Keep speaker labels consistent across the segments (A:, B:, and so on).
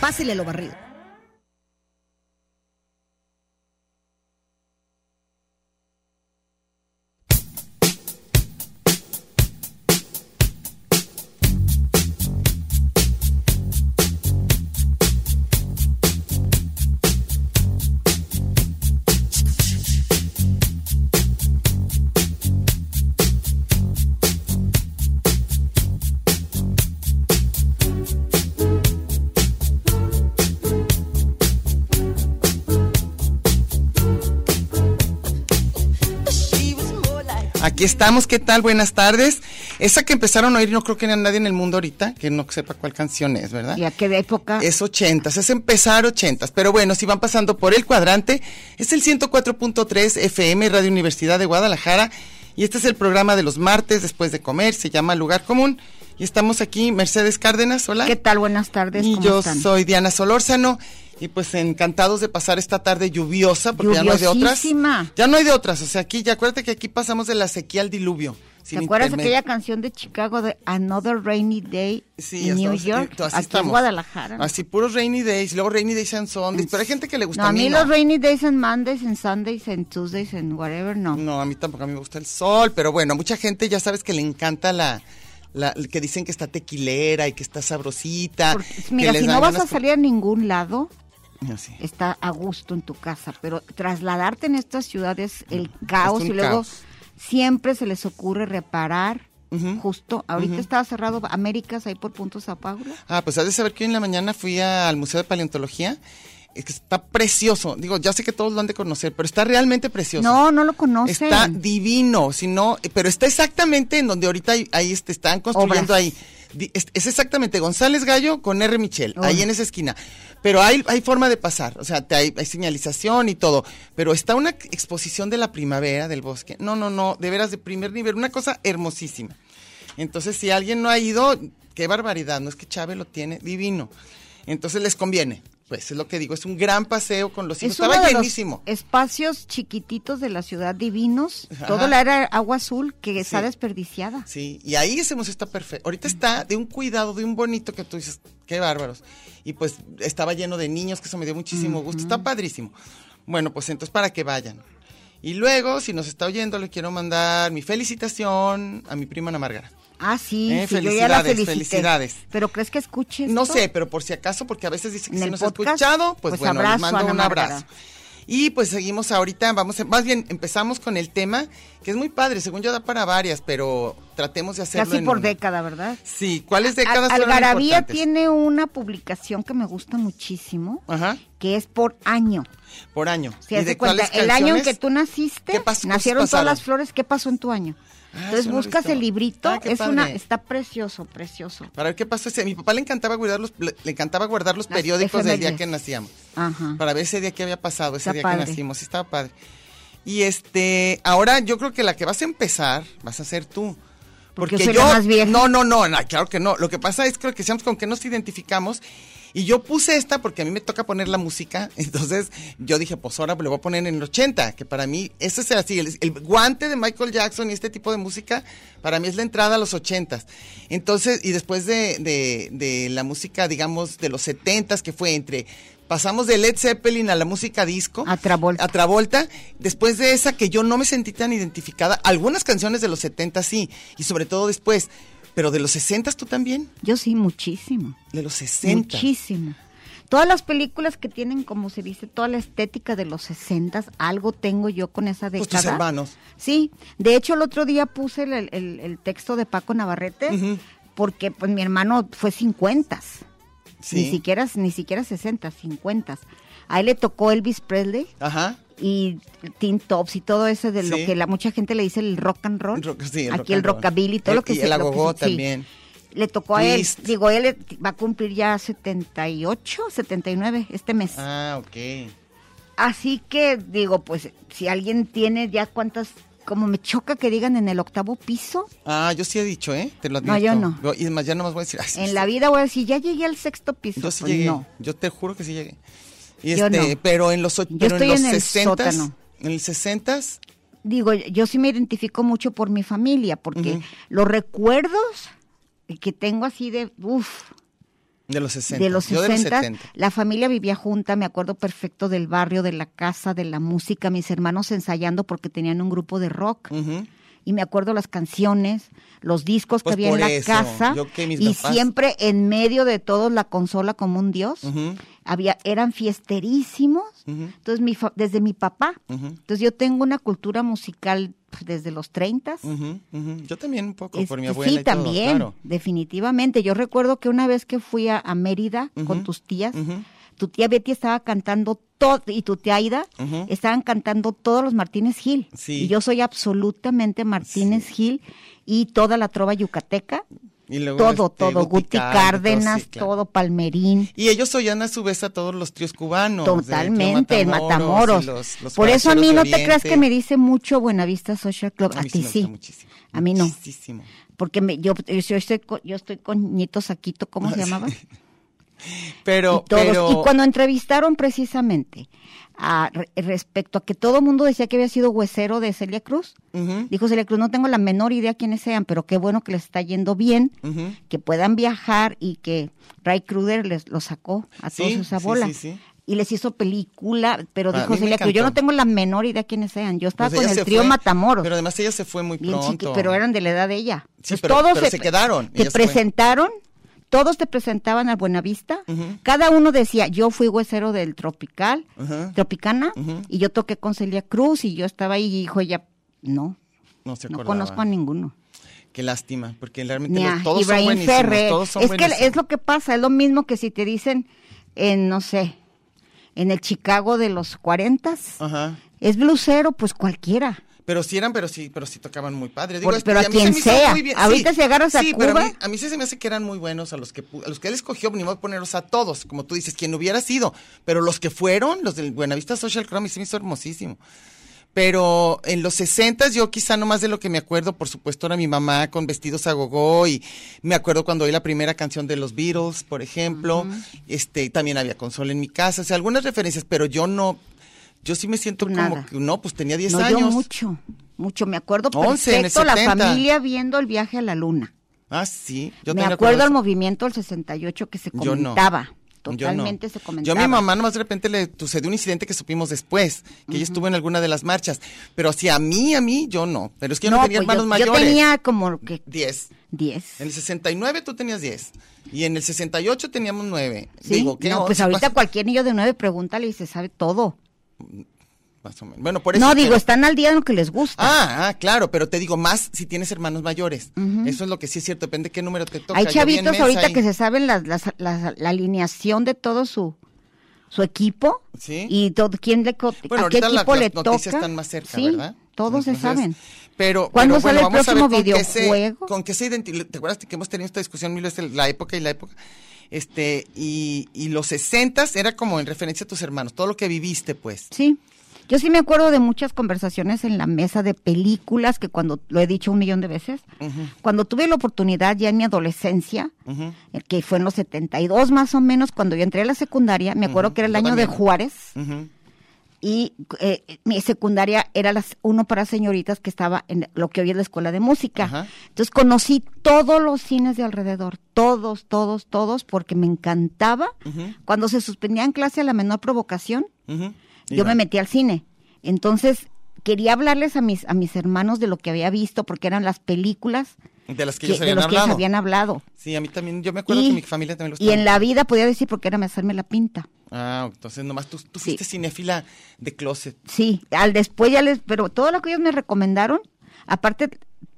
A: Pásele lo barrido.
B: Aquí estamos, ¿qué tal? Buenas tardes. Esa que empezaron a oír, no creo que haya nadie en el mundo ahorita que no sepa cuál canción es, ¿verdad?
A: ¿Y a qué época?
B: Es ochentas, es empezar ochentas. Pero bueno, si van pasando por el cuadrante, es el 104.3 FM, Radio Universidad de Guadalajara. Y este es el programa de los martes después de comer, se llama Lugar Común. Y estamos aquí, Mercedes Cárdenas, hola.
C: ¿Qué tal? Buenas tardes.
B: Y
C: ¿cómo
B: yo
C: están?
B: soy Diana Solórzano. Y pues encantados de pasar esta tarde lluviosa, porque ya no hay de otras.
C: Lluviosísima.
B: Ya no hay de otras. O sea, aquí, ya acuérdate que aquí pasamos de la sequía al diluvio.
C: ¿Te
B: sin
C: acuerdas de
B: intermedio.
C: aquella canción de Chicago de Another Rainy Day
B: Sí,
C: en
B: ya
C: New
B: estamos-
C: York?
B: tú- así
C: aquí
B: estamos.
C: en Guadalajara. ¿no?
B: Así, puros rainy days, luego rainy days and Sundays, pero hay gente que le gusta
C: No, a mí
B: no.
C: los Rainy Days en Mondays, en Sundays, en Tuesdays, en whatever, no.
B: No, a mí tampoco, a mí me gusta el sol, pero bueno, mucha gente ya sabes que le encanta la, la que dicen que está tequilera y que está sabrosita.
C: Porque,
B: que
C: mira,
B: les
C: si no
B: dan
C: vas
B: ganas
C: a
B: por-
C: salir a ningún lado,
B: No, sí.
C: está a gusto en tu casa, pero trasladarte en estas ciudades el caos
B: un
C: y luego
B: caos.
C: siempre se les ocurre reparar.
B: Ujú.
C: Justo, ahorita estaba cerrado Américas ahí por puntos a Paula.
B: Ah, pues has de saber que hoy en la mañana fui a- al Museo de Paleontología, es que está precioso, digo, ya sé que todos lo han de conocer, pero está realmente precioso.
C: No, no lo conocen.
B: Está divino, si no, eh, pero está exactamente en donde ahorita hay- ahí este, están construyendo
C: Obras.
B: ahí. Di- Es, es exactamente González Gallo con R. Michel,
C: Oh.
B: ahí en esa esquina. Pero hay, hay forma de pasar, o sea, te- hay, hay señalización y todo. Pero está una exposición de la primavera del bosque. No, no, no, de veras de primer nivel, una cosa hermosísima. Entonces, si alguien no ha ido, qué barbaridad, no es que Chávez lo tiene divino. Entonces les conviene, pues es lo que digo, es un gran paseo con los hijos.
C: uno
B: Estaba
C: de los
B: llenísimo.
C: espacios chiquititos de la ciudad divinos.
B: Ajá.
C: Toda la era agua azul que está
B: Sí.
C: desperdiciada.
B: Sí, y ahí ese museo está perfecto. Ahorita está de un cuidado, de un bonito que tú dices, qué bárbaros. Y pues estaba lleno de niños, que eso me dio muchísimo gusto. Está padrísimo. Bueno, pues entonces para que vayan. Y luego, si nos está oyendo, le quiero mandar mi felicitación a mi prima Ana Márgara.
C: Ah, sí,
B: Eh,
C: sí, yo ya la
B: felicidades,
C: felicité.
B: felicidades.
C: Pero crees que escuches.
B: No sé, pero por si acaso, porque a veces dice que
C: ¿En
B: si
C: el
B: nos ha
C: podcast?
B: escuchado, pues,
C: Pues
B: bueno,
C: abrazo,
B: les mando
C: Ana
B: un
C: Márgara.
B: abrazo. Y pues seguimos ahorita, vamos, a- más bien empezamos con el tema, que es muy padre, según yo da para varias, pero tratemos de hacerlo
C: Casi
B: en
C: por
B: una.
C: década, ¿verdad?
B: Sí, ¿cuáles décadas
C: Al-
B: fueron
C: Algarabía
B: importantes?
C: tiene una publicación que me gusta muchísimo,
B: Ajá,
C: que es por año.
B: por año.
C: Si
B: ¿Y
C: haz
B: de
C: de cuenta,
B: cuáles
C: el año en que
B: canciones?
C: tú naciste,
B: ¿Qué pas- cosas
C: nacieron todas
B: pasaron?
C: las flores, ¿qué pasó en tu año?
B: Ah,
C: Entonces
B: eso no lo he
C: buscas
B: visto.
C: el librito,
B: Ah, qué
C: es una,
B: padre.
C: está precioso, precioso.
B: Para ver qué pasó ese. Mi papá le encantaba guardar los, le le encantaba guardar los periódicos del día
C: efemérides.
B: que nacíamos.
C: Ajá.
B: Para ver ese día que había pasado, ese
C: Está
B: día
C: padre.
B: que nacimos. Sí, estaba padre. Y este, ahora yo creo que la que vas a empezar, vas a ser tú.
C: Porque soy la más vieja.
B: No, no, no, no, claro que no. Lo que pasa es que lo que seamos con qué nos identificamos. Y yo puse esta porque a mí me toca poner la música. Entonces yo dije, pues ahora le voy a poner en el 80, que para mí, ese es así, el, el guante de Michael Jackson y este tipo de música, para mí es la entrada a los 80. Entonces, y después de, de, de la música, digamos, de los 70, que fue entre, pasamos de Led Zeppelin a la música disco.
C: A Travolta.
B: A Travolta, después de esa que yo no me sentí tan identificada, algunas canciones de los 70 sí, y sobre todo después, pero de los 60 tú también,
C: Yo sí, muchísimo.
B: de los 60.
C: Muchísimo. Todas las películas que tienen, como se dice, toda la estética de los 60, algo tengo yo con esa
B: Pues
C: década.
B: tus hermanos.
C: Sí, de hecho el otro día puse el, el- el- el texto de Paco Navarrete
B: Ujú.
C: porque pues mi hermano fue 50, ni
B: Sí.
C: siquiera ni siquiera 60, 50. A él le tocó Elvis Presley
B: Ajá.
C: y Teen Tops y todo eso de lo
B: Sí.
C: que la mucha gente le dice el rock and roll.
B: Rock- sí,
C: Aquí
B: rock
C: el
B: and roll.
C: rockabilly, todo
B: El-
C: lo que
B: y
C: se
B: el
C: lo que se-
B: agogó
C: sí.
B: también.
C: Le tocó a él,
B: Twist.
C: digo, él va a cumplir ya 78, 79 este mes.
B: Ah, ok.
C: Así que digo, pues si alguien tiene ya cuántas, como me choca que digan en el octavo piso,
B: Ah, yo sí he dicho, ¿eh? Te lo
C: No,
B: advierto.
C: yo no.
B: Y es más, ya no más voy a decir. ay, sí,
C: en
B: sí.
C: la vida voy a decir, ya llegué al sexto piso.
B: Yo sí
C: Pues,
B: llegué.
C: no.
B: Yo te juro que sí llegué. Y
C: Yo
B: este,
C: no.
B: pero en los och-
C: Yo
B: pero en
C: estoy
B: los
C: en el
B: 60
C: sótano.
B: en el 60
C: Digo, yo sí me identifico mucho por mi familia, porque
B: Ujú.
C: los recuerdos que tengo así de, uff,
B: de los 60.
C: de los
B: yo de los
C: 60,
B: 70.
C: la familia vivía junta, me acuerdo perfecto del barrio, de la casa, de la música, mis hermanos ensayando porque tenían un grupo de rock.
B: Ujú.
C: y me acuerdo las canciones, los discos que
B: Pues
C: había
B: por
C: en la
B: eso,
C: casa
B: yo que mis
C: y
B: papás-
C: siempre en medio de todos la consola como un dios.
B: Ujú.
C: Había eran fiesterísimos.
B: Ujú.
C: Entonces mi fa- desde mi papá.
B: Ujú.
C: Entonces yo tengo una cultura musical pues, desde los 30
B: Ujú, ujú. Yo también un poco por mi
C: Este,
B: abuela
C: sí,
B: y todo,
C: también,
B: claro.
C: definitivamente. Yo recuerdo que una vez que fui a, a Mérida con
B: Ujú,
C: tus tías,
B: ujú.
C: tu tía Betty estaba cantando todo y tu tía Aida
B: Ujú.
C: estaban cantando todos los Martínez Gil.
B: Sí.
C: Y yo soy absolutamente Martínez Gil y toda la trova yucateca,
B: Y luego,
C: todo,
B: este,
C: todo, Guti Cárdenas,
B: sí, claro.
C: todo Palmerín.
B: Y ellos oían a su vez a todos los tríos cubanos. de
C: Totalmente, el
B: Tío
C: Matamoros.
B: y los- los
C: Por eso a mí
B: Cuaracheros
C: no
B: de
C: te creas que me
B: Oriente.
C: dice mucho Buenavista Social Club. A,
B: A mí
C: ti
B: me
C: sí,
B: gusta muchísimo.
C: A mí no.
B: Muchísimo.
C: porque me- yo, yo, estoy, co- yo estoy con Nito Saquito, ¿cómo se llamaba?
B: Pero,
C: y todos.
B: pero...
C: Y cuando entrevistaron precisamente a- re- respecto a que todo el mundo decía que había sido huesero de Celia Cruz,
B: Ujú,
C: dijo Celia Cruz, no tengo la menor idea quiénes sean, pero qué bueno que les está yendo bien,
B: ujú.
C: que puedan viajar y que Ray Kruder les lo sacó a
B: Sí,
C: todos esa
B: sí,
C: bola.
B: sí, sí.
C: Y les hizo película, pero
B: A mí
C: dijo
B: me
C: Celia Cruz, yo no
B: encantó.
C: tengo la menor idea quiénes sean. Yo estaba
B: Pues ella
C: con
B: se
C: el trío
B: fue,
C: Matamoros.
B: Pero además ella se fue muy
C: Bien
B: pronto.
C: chiqui- pero eran de la edad de ella.
B: Sí, pero- pero se quedaron,
C: Te
B: ella se fue.
C: presentaron, todos te presentaban al Buenavista.
B: Ujú.
C: Cada uno decía, yo fui huesero del Tropical,
B: Ajá.
C: Tropicana,
B: Ujú.
C: y yo toqué con Celia Cruz y yo estaba ahí y dijo ella, no,
B: No se
C: no
B: acordaba.
C: conozco a ninguno.
B: Qué lástima, porque realmente
C: Ni
B: los-
C: a
B: todos, son
C: Ibrahim
B: buenísimos,
C: Ferrer.
B: todos son
C: es
B: buenísimos.
C: que es lo que pasa, es lo mismo que si te dicen, en, no sé, en el Chicago de los 40
B: Ajá.
C: es blusero, pues cualquiera.
B: Pero sí eran, pero sí, pero sí tocaban muy padre.
C: Por-
B: es-
C: pero
B: y
C: a
B: mí se
C: quien
B: me hizo
C: sea.
B: muy bien-
C: Ahorita si agarras a
B: sí, Pero a, mí,
C: Cuba-
B: a mí sí se me hace que eran muy buenos a los que pu- a los que él escogió, ni modo de ponerlos a todos, como tú dices, quien hubiera sido. Pero los que fueron, los del Buenavista Social Club, a mí se me hizo hermosísimo. Pero en los 60 yo quizá no más de lo que me acuerdo, por supuesto, era mi mamá con vestidos a gogó y me acuerdo cuando oí la primera canción de los Beatles, por ejemplo, este también había consola en mi casa, o sea, algunas referencias, pero yo no yo sí me siento
C: Tú
B: como
C: nada.
B: que no, pues tenía 10
C: no,
B: años.
C: yo mucho, mucho. Me acuerdo
B: 11 en el
C: perfecto la
B: 70.
C: familia viendo el viaje a la luna.
B: Ah, sí. Yo
C: me
B: también
C: acuerdo al
B: eso.
C: movimiento del 68 que se
B: Yo no.
C: comentaba.
B: Yo no.
C: Totalmente se comentaba.
B: Yo a mi mamá nomás de repente le sucedió un incidente que supimos después, que ella estuvo en alguna de las marchas. Pero si a mí, a mí, yo no. Pero es que yo no,
C: No,
B: tenía
C: pues
B: hermanos
C: yo, yo
B: mayores.
C: tenía como que
B: 10.
C: 10.
B: En el 69 tú tenías 10. Y en el 68 teníamos 9.
C: ¿Sí?
B: Digo, ¿qué
C: no,
B: onda?
C: pues ahorita
B: Más-
C: cualquier niño de nueve pregúntale y se sabe todo.
B: más o menos. Bueno, por eso.
C: No, digo,
B: pero-
C: están al día de lo que les gusta.
B: Ah, ah, claro, pero te digo más si tienes hermanos mayores. Eso es lo que sí es cierto, depende de qué número te toca.
C: Hay
B: Yo vi en
C: chavitos
B: mesa
C: ahorita
B: ahí.
C: que se saben las- las- las- la alineación de todo su su equipo
B: Sí.
C: y todo quién le co-
B: Bueno,
C: a qué
B: ahorita la-
C: equipo le
B: las noticias
C: toca.
B: están más cerca,
C: sí,
B: ¿verdad?
C: Todos se
B: Entonces,
C: saben.
B: Pero,
C: ¿Cuándo
B: pero
C: sale el
B: bueno, vamos a
C: próximo
B: ver con qué se-
C: videojuego?
B: con qué se identi- ¿Te acuerdas que hemos tenido esta discusión mil veces, la época y la época? Este, y, y los sesentas era como en referencia a tus hermanos, todo lo que viviste, pues.
C: Sí. Yo sí me acuerdo de muchas conversaciones en la mesa de películas que cuando lo he dicho un millón de veces, cuando tuve la oportunidad ya en mi adolescencia,
B: Ujú.
C: el que fue en los 72 más o menos, cuando yo entré a la secundaria, me acuerdo que era el
B: yo
C: año de
B: también.
C: Juárez
B: Ujú.
C: y eh, mi secundaria era las uno para señoritas que estaba en lo que hoy es la escuela de música.
B: Ajá.
C: Entonces conocí todos los cines de alrededor, todos, todos, todos, porque me encantaba.
B: Ujú.
C: Cuando se suspendían clase a la menor provocación,
B: Ujú.
C: yo
B: Iba.
C: me metí al cine. Entonces, quería hablarles a mis, a mis hermanos de lo que había visto, porque eran las películas
B: De las que
C: que-
B: ellos
C: de
B: habían
C: los que ellos
B: hablado.
C: habían hablado.
B: Sí, a mí también, yo me acuerdo
C: Y-
B: que mi familia también lo
C: Y en la vida podía decir porque era hacerme la pinta.
B: Ah, entonces nomás tú, tú
C: Sí.
B: fuiste cinéfila de closet.
C: Sí, al después ya les, pero todo lo que ellos me recomendaron, aparte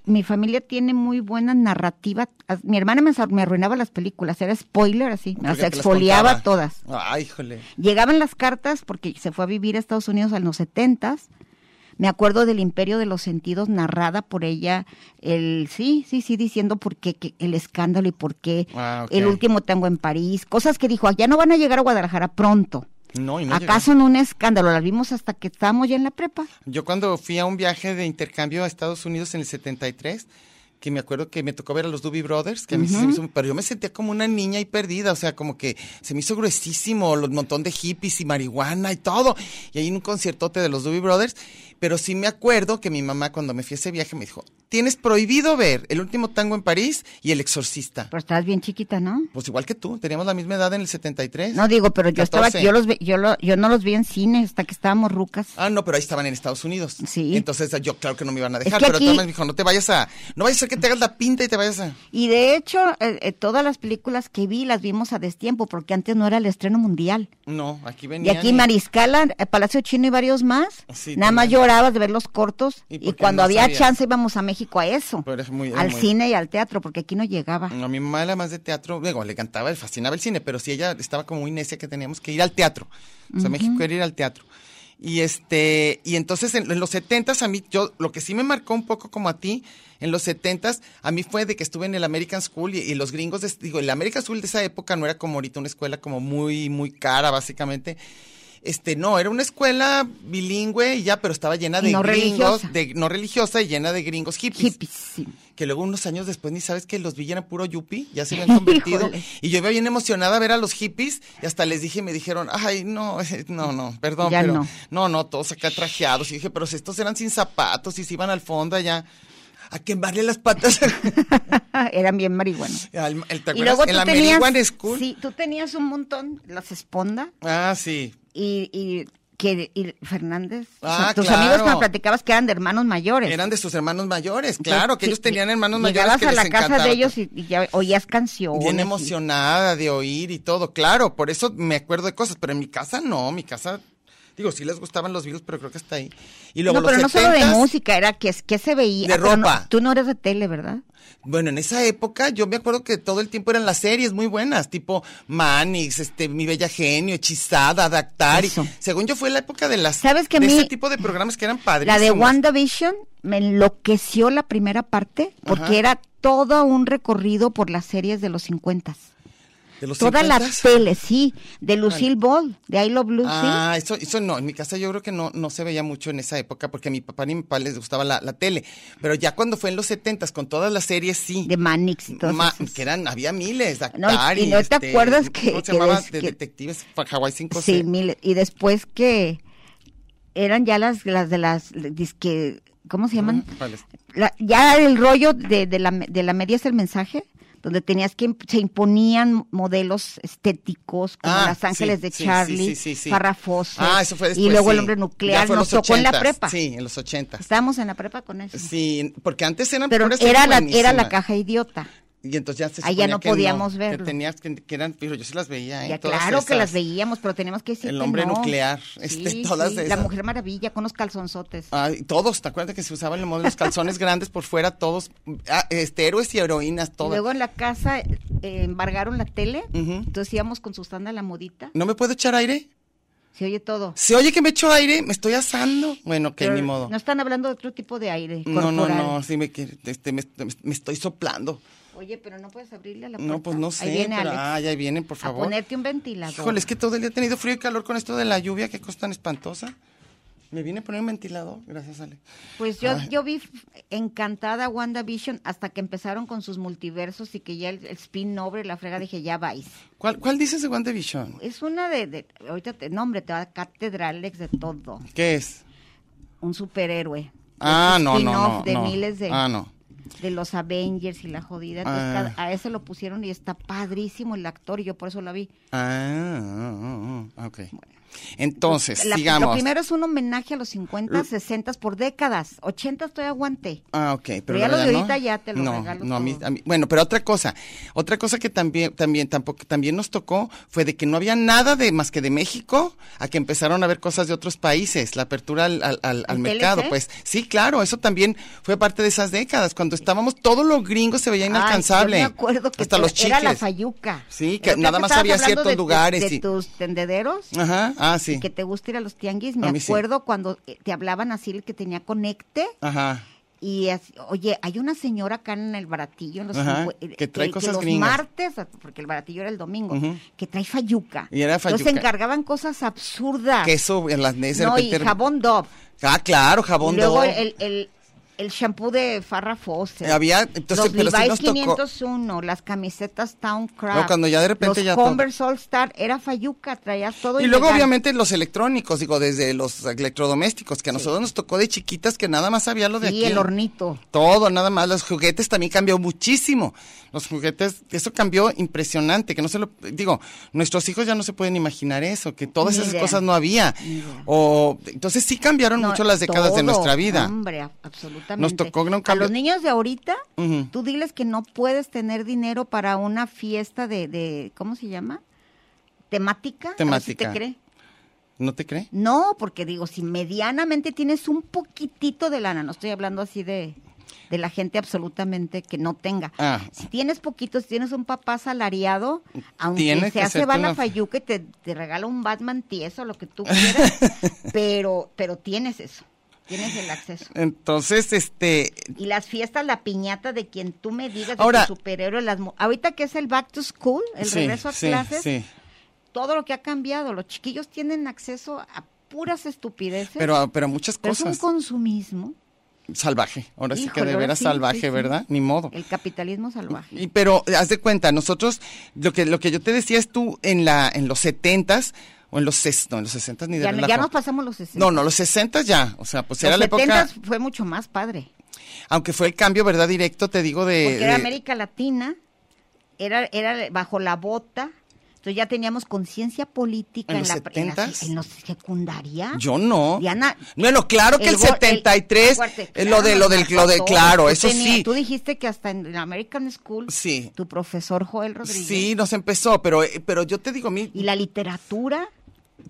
C: mi familia tiene muy buena narrativa. As- Mi hermana me, ensar- me arruinaba las películas, era spoiler así, o
B: porque
C: sea,
B: te las
C: Ah, exfoliaba
B: contaba.
C: todas.
B: Ay, híjole.
C: Llegaban las cartas porque se fue a vivir a Estados Unidos en los setentas. Me acuerdo del Imperio de los Sentidos narrada por ella, el sí, sí, sí, diciendo por qué que- el escándalo y por qué
B: Ah, ok.
C: el último tango en París, cosas que dijo, "Ah, ya no van a llegar a Guadalajara pronto.
B: No, y no llegaron.
C: ¿Acaso no un escándalo? Las vimos hasta que estábamos ya en la prepa.
B: Yo cuando fui a un viaje de intercambio a Estados Unidos en el 73, que me acuerdo que me tocó ver a los Doobie Brothers, que a mí sí se me hizo- pero yo me sentía como una niña y perdida, o sea, como que se me hizo gruesísimo, los montón de hippies y marihuana y todo, y ahí en un conciertote de los Doobie Brothers, pero sí me acuerdo que mi mamá cuando me fui a ese viaje me dijo, tienes prohibido ver el último tango en París y el exorcista.
C: Pero estabas bien chiquita, ¿no?
B: Pues igual que tú, teníamos la misma edad en el 73.
C: No digo, pero yo estaba,
B: 14.
C: yo los, ve- yo, lo- yo no los vi en cine hasta que estábamos rucas.
B: Ah, no, pero ahí estaban en Estados Unidos.
C: Sí.
B: Entonces yo claro que no me iban a
C: Es
B: dejar,
C: que
B: pero
C: aquí-
B: entonces me dijo, no te vayas a, no vayas a ser que te hagas la pinta y te vayas a...
C: Y de hecho, eh, eh, todas las películas que vi las vimos a destiempo porque antes no era el estreno mundial.
B: No, aquí
C: Y
B: venía.
C: aquí Mariscala, eh, Palacio Chino y varios más.
B: Ah, Sí,
C: nada más
B: tenían.
C: llorabas de ver los cortos
B: Y
C: y,
B: porque
C: cuando
B: no
C: había
B: sabía.
C: chance íbamos a México a eso,
B: Pero es muy- era
C: al
B: muy- Mm.
C: cine y al teatro porque aquí no llegaba.
B: No, mi mamá era más de teatro, digo, le encantaba, le fascinaba el cine, pero sí ella estaba como muy necia que teníamos que ir al teatro. O sea, México era ir al teatro. Y este, y entonces en, en los setentas a mí, yo, lo que sí me marcó un poco como a ti, en los setentas, a mí fue de que estuve en el American School y, y los gringos, des- digo, el American School de esa época no era como ahorita una escuela como muy, muy cara, básicamente. Este, no, era una escuela bilingüe y ya, pero estaba llena
C: Y
B: de
C: no
B: gringos,
C: religiosa.
B: de no religiosa y llena de gringos hippies
C: Hippies, sí.
B: que luego unos años después ni sabes que los vi eran puro yuppie, ya se habían convertido.
C: Híjole.
B: y yo iba bien emocionada a ver a los hippies y hasta les dije, me dijeron, ay, no, eh, no, no, perdón,
C: Ya
B: pero
C: no.
B: no. no, todos acá trajeados. Y dije, pero si estos eran sin zapatos y se iban al fondo allá a quemarle las patas
C: Eran bien marihuanos.
B: al el, ¿te
C: Y
B: acuerdas?
C: luego
B: El
C: tú tenías,
B: American School.
C: sí, tú tenías un montón, las esponda
B: Ah, sí.
C: y, y que y Fernández, o sea,
B: Ah,
C: tus
B: claro.
C: amigos que me platicabas que eran de hermanos mayores.
B: Eran de sus hermanos mayores, claro,
C: Pues
B: que
C: Sí,
B: ellos tenían hermanos mayores
C: llegabas
B: que
C: a
B: les
C: la casa
B: encantaba.
C: de ellos y, y ya oías canciones.
B: Bien
C: y-
B: emocionada de oír y todo, claro, por eso me acuerdo de cosas, pero en mi casa no, mi casa, digo, sí les gustaban los virus, pero creo que está ahí. Y luego
C: no, pero
B: los
C: no solo de
B: 70s,
C: música, era que, es- que se veía.
B: De
C: Ah, pero no-
B: ropa.
C: tú no eres de tele, ¿verdad?
B: Bueno, en esa época yo me acuerdo que todo el tiempo eran las series muy buenas, tipo Manix, este, Mi Bella Genio, Hechizada, Dactari.
C: Eso.
B: Según yo fue la época de las
C: ¿Sabes que a
B: de
C: mí-
B: ese tipo de programas que eran padres.
C: La de WandaVision me enloqueció la primera parte porque
B: Ajá.
C: era todo un recorrido por las series de los 50
B: de los
C: Toda la
B: 50s.
C: tele, sí, de Lucille Ball, de I Love Lucy.
B: Ah, eso, eso no, en mi casa yo creo que no, no se veía mucho en esa época porque a mi papá ni a mi papá les gustaba la, la tele. Pero ya cuando fue en los setentas con todas las series, sí.
C: de Manix y todo
B: Ma- que eran, había miles,
C: No, y- y
B: Dactari,
C: no te
B: este,
C: acuerdas que-
B: ¿Cómo se
C: que
B: llamaba?
C: des-
B: De
C: que-
B: detectives Fa- Hawaii 5
C: Sí, miles. Y después que eran ya las, las de las, disque, ¿cómo se llaman? La- ya el rollo de, de la, me- de la media es el mensaje, donde tenías que, imp- se imponían modelos estéticos, como
B: Ah,
C: Las Ángeles
B: sí,
C: de
B: sí,
C: Charlie,
B: sí, sí, sí.
C: Farrah Fawcett,
B: Ah, eso fue después,
C: y luego el
B: sí.
C: hombre
B: Ya
C: nuclear,
B: fue en
C: nos
B: los
C: tocó en la
B: 80s,
C: prepa.
B: Sí, en los ochentas.
C: Estábamos en la prepa con eso.
B: Sí, porque antes eran
C: Pero
B: puras
C: era la,
B: series
C: era la
B: buenísimas.
C: caja idiota.
B: Y entonces ya se
C: Ahí ya
B: suponía
C: no
B: que
C: podíamos
B: que
C: verlo.
B: tenías que, que eran, pero yo sí las veía, ¿eh?
C: Ya,
B: Todas
C: claro que
B: esas.
C: las veíamos, pero teníamos que decir
B: El
C: que
B: hombre
C: no.
B: nuclear, este, todas
C: La
B: esas. Ah,
C: Mujer Maravilla con los calzonzotes.
B: Ay, todos, ¿te acuerdas que se usaban los modelos calzones grandes por fuera? Todos, ah, este, héroes y heroínas,
C: Y
B: todas.
C: Luego en la casa eh, embargaron la tele,
B: Ujú. Mm.
C: entonces íbamos con Susana la modita.
B: ¿No me puedo echar aire?
C: Se oye todo.
B: ¿Se oye que me echo aire? ¿Me estoy asando? Bueno, que
C: Pero
B: ni modo.
C: No están hablando de otro tipo de aire
B: No,
C: corporal.
B: no, no, sí me, quiere- este, me, me estoy soplando.
C: Oye, pero no puedes abrirle la puerta.
B: No, pues no sé.
C: Ahí viene
B: pero-
C: Alex.
B: ay, ahí vienen, por
C: A
B: favor.
C: ponerte un ventilador.
B: Híjole, es que todo el día he tenido frío y calor con esto de la lluvia, qué cosa tan espantosa. Me viene a poner un ventilador, gracias Ale.
C: Pues yo,
B: Ay.
C: yo vi f- encantada WandaVision hasta que empezaron con sus multiversos y que ya el, el spin-over, la frega, dije, ya vais.
B: ¿Cuál, cuál dices de WandaVision?
C: Es una de, de- ahorita, te, no hombre, te va a catedral Alex de todo.
B: ¿Qué es?
C: Un superhéroe.
B: Ah,
C: Es un
B: no, no,
C: spin-off
B: no.
C: de
B: no.
C: miles de...
B: Ah, no.
C: de los Avengers y la jodida. Entonces,
B: Ah.
C: cada- a ese lo pusieron y está padrísimo el actor y yo por eso la vi.
B: Ah, ah, ah, ah, ok. Entonces,
C: La-
B: sigamos.
C: Lo primero es un homenaje a los 50, 60 por décadas. 80 estoy aguante.
B: Ah, ok. Pero,
C: Pero
B: la
C: ya lo de
B: verdad,
C: ahorita
B: no.
C: ya te lo
B: no,
C: regalo
B: No, a mí,
C: todo.
B: a mí- bueno, pero otra cosa, otra cosa que también, también, tampoco, también nos tocó fue de que no había nada de más que de México a que empezaron a ver cosas de otros países, la apertura al, al, al- al
C: ¿El
B: mercado,
C: TLC?
B: pues. Sí, claro, eso también fue parte de esas décadas, cuando estábamos, todos los gringos se veía
C: Ay,
B: inalcanzable.
C: yo me acuerdo que
B: hasta
C: era-
B: los
C: era la
B: chicles.
C: fayuca.
B: Sí, que
C: Pero creo
B: nada más
C: estabas
B: había
C: hablando
B: ciertos
C: de- de-
B: lugares
C: De,
B: y-
C: tus tendederos.
B: Ajá, ah, sí.
C: y que te gusta ir a los tianguis.
B: A
C: Me
B: mí sí.
C: acuerdo cuando eh, te hablaban así el que tenía conecte.
B: Ajá.
C: Y así, oye, hay una señora acá en el baratillo, en los
B: Ajá,
C: cincu- eh,
B: que trae cosas
C: los
B: gringas.
C: martes, porque el baratillo era el domingo,
B: Ujú.
C: que trae fayuca.
B: Y era
C: Entonces
B: fayuca.
C: encargaban cosas absurdas.
B: Queso en las de
C: no, y
B: repente-
C: jabón Dove.
B: Ah, claro, jabón
C: Y luego
B: Dove.
C: el, el, el shampoo de Farrah Fawcett.
B: Eh, Había- entonces,
C: los
B: pero sí
C: Levi's
B: nos tocó.
C: 501, las camisetas Town Craft.
B: No, cuando ya de repente
C: los
B: ya todo.
C: Converse All Star, era Fayuca, traías todo.
B: Y luego
C: ilegal.
B: obviamente los electrónicos, digo, desde los electrodomésticos, que a nosotros nos tocó de chiquitas que nada más había lo de aquí.
C: Y el hornito.
B: Todo, nada más. Los juguetes también cambió muchísimo. Los juguetes, eso cambió impresionante, que no se lo, digo, nuestros hijos ya no se pueden imaginar eso, que todas
C: Ni
B: esas
C: idea.
B: cosas no había.
C: Ni idea.
B: O, entonces sí cambiaron
C: No,
B: mucho las décadas de
C: todo,
B: nuestra vida.
C: Hombre, a- absolutamente.
B: Nos tocó un
C: A
B: cambio-
C: los niños de ahorita,
B: Ujú.
C: tú diles que no puedes tener dinero para una fiesta de, de ¿cómo se llama? Temática. A ver si
B: Temática.
C: te cree.
B: ¿No te cree?
C: No, porque digo, si medianamente tienes un poquitito de lana, no estoy hablando así de, de la gente absolutamente que no tenga.
B: Ah.
C: Si tienes poquito, si tienes un papá salariado, aunque
B: Tiene que
C: sea, se
B: hacerte
C: va a la
B: una-
C: fayuca y te, te regala un Batman tieso, lo que tú quieras, pero, pero tienes eso, tienes el acceso.
B: Entonces, este,
C: Y las fiestas, la piñata de quien tú me digas, de
B: Ahora-
C: tu superhéroe, las... mu- Ahorita que es el back to school, el
B: sí,
C: regreso a
B: sí,
C: clases,
B: sí.
C: todo lo que ha cambiado, los chiquillos tienen acceso a puras estupideces.
B: Pero, a- pero muchas
C: Pero es un
B: cosas.
C: consumismo,
B: Salvaje. Ahora sí que
C: Híjole,
B: de
C: ahora
B: veras
C: sí,
B: salvaje,
C: sí, sí.
B: ¿verdad? Ni modo.
C: el capitalismo salvaje.
B: Y pero haz de cuenta, nosotros lo que lo que yo te decía es tú en la en los setentas o en los ses- no, en los sesentas ni de
C: Ya, no- ya
B: relajo.
C: nos pasamos los 60.
B: No, no, los sesentas ya, o sea, pues era
C: los
B: la época,
C: 70 fue mucho más padre.
B: aunque fue el cambio, verdad, directo, te digo de,
C: Porque era
B: de-
C: América Latina, era, era bajo la bota. Entonces ya teníamos conciencia política
B: ¿En
C: en,
B: los
C: la, en, la-
B: 70s?
C: en los secundaria.
B: yo no.
C: Diana.
B: Bueno, claro que el,
C: gol-
B: 73,
C: acuérdate,
B: eh, lo de
C: claro,
B: lo del
C: nos
B: lo de
C: marcó
B: claro,
C: todo. Tú
B: eso
C: tenías-
B: sí.
C: Tú dijiste que hasta en la American School,
B: Sí.
C: tu profesor Joel Rodríguez.
B: Sí, nos empezó, pero eh, pero yo te digo, mi
C: Y la literatura.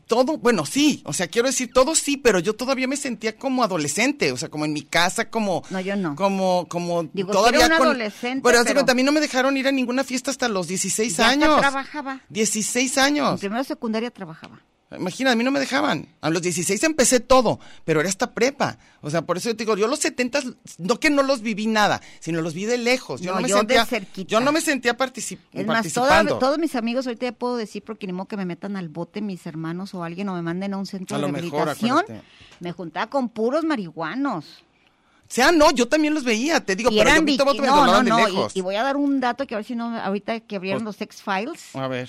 B: todo, bueno, sí, o sea, quiero decir todo sí, pero yo todavía me sentía como adolescente, o sea, como en mi casa, como
C: No, yo no.
B: como como
C: Digo,
B: todavía
C: sí era un
B: con-
C: adolescente,
B: pero, haz de
C: pero-
B: cuenta, a mí no me dejaron ir a ninguna fiesta hasta los 16
C: ya hasta
B: años.
C: trabajaba.
B: 16
C: En
B: años.
C: primero de secundaria trabajaba.
B: Imagina, a mí no me dejaban. A los 16 empecé todo, pero era hasta prepa. O sea, por eso yo te digo, yo los 70 no que no los viví nada, sino los vi de lejos. Yo no,
C: No,
B: me
C: yo de
B: sentía
C: cerquita.
B: Yo no me sentía particip-
C: Es más, toda-
B: participando.
C: todos mis amigos, ahorita ya puedo decir, porque ni modo que me metan al bote mis hermanos o alguien o me manden a un centro
B: A
C: de
B: lo mejor,
C: rehabilitación.
B: acuérdate.
C: me juntaba con puros marihuanos.
B: O sea, no, yo también los veía, te digo,
C: y
B: pero yo
C: eran
B: vi
C: biqui-
B: todo, me
C: no, no,
B: hablaban de
C: no. y-
B: lejos.
C: Y, voy a dar un dato que a ver si no, ahorita que abrieron los
B: Pues-
C: sex files.
B: A ver.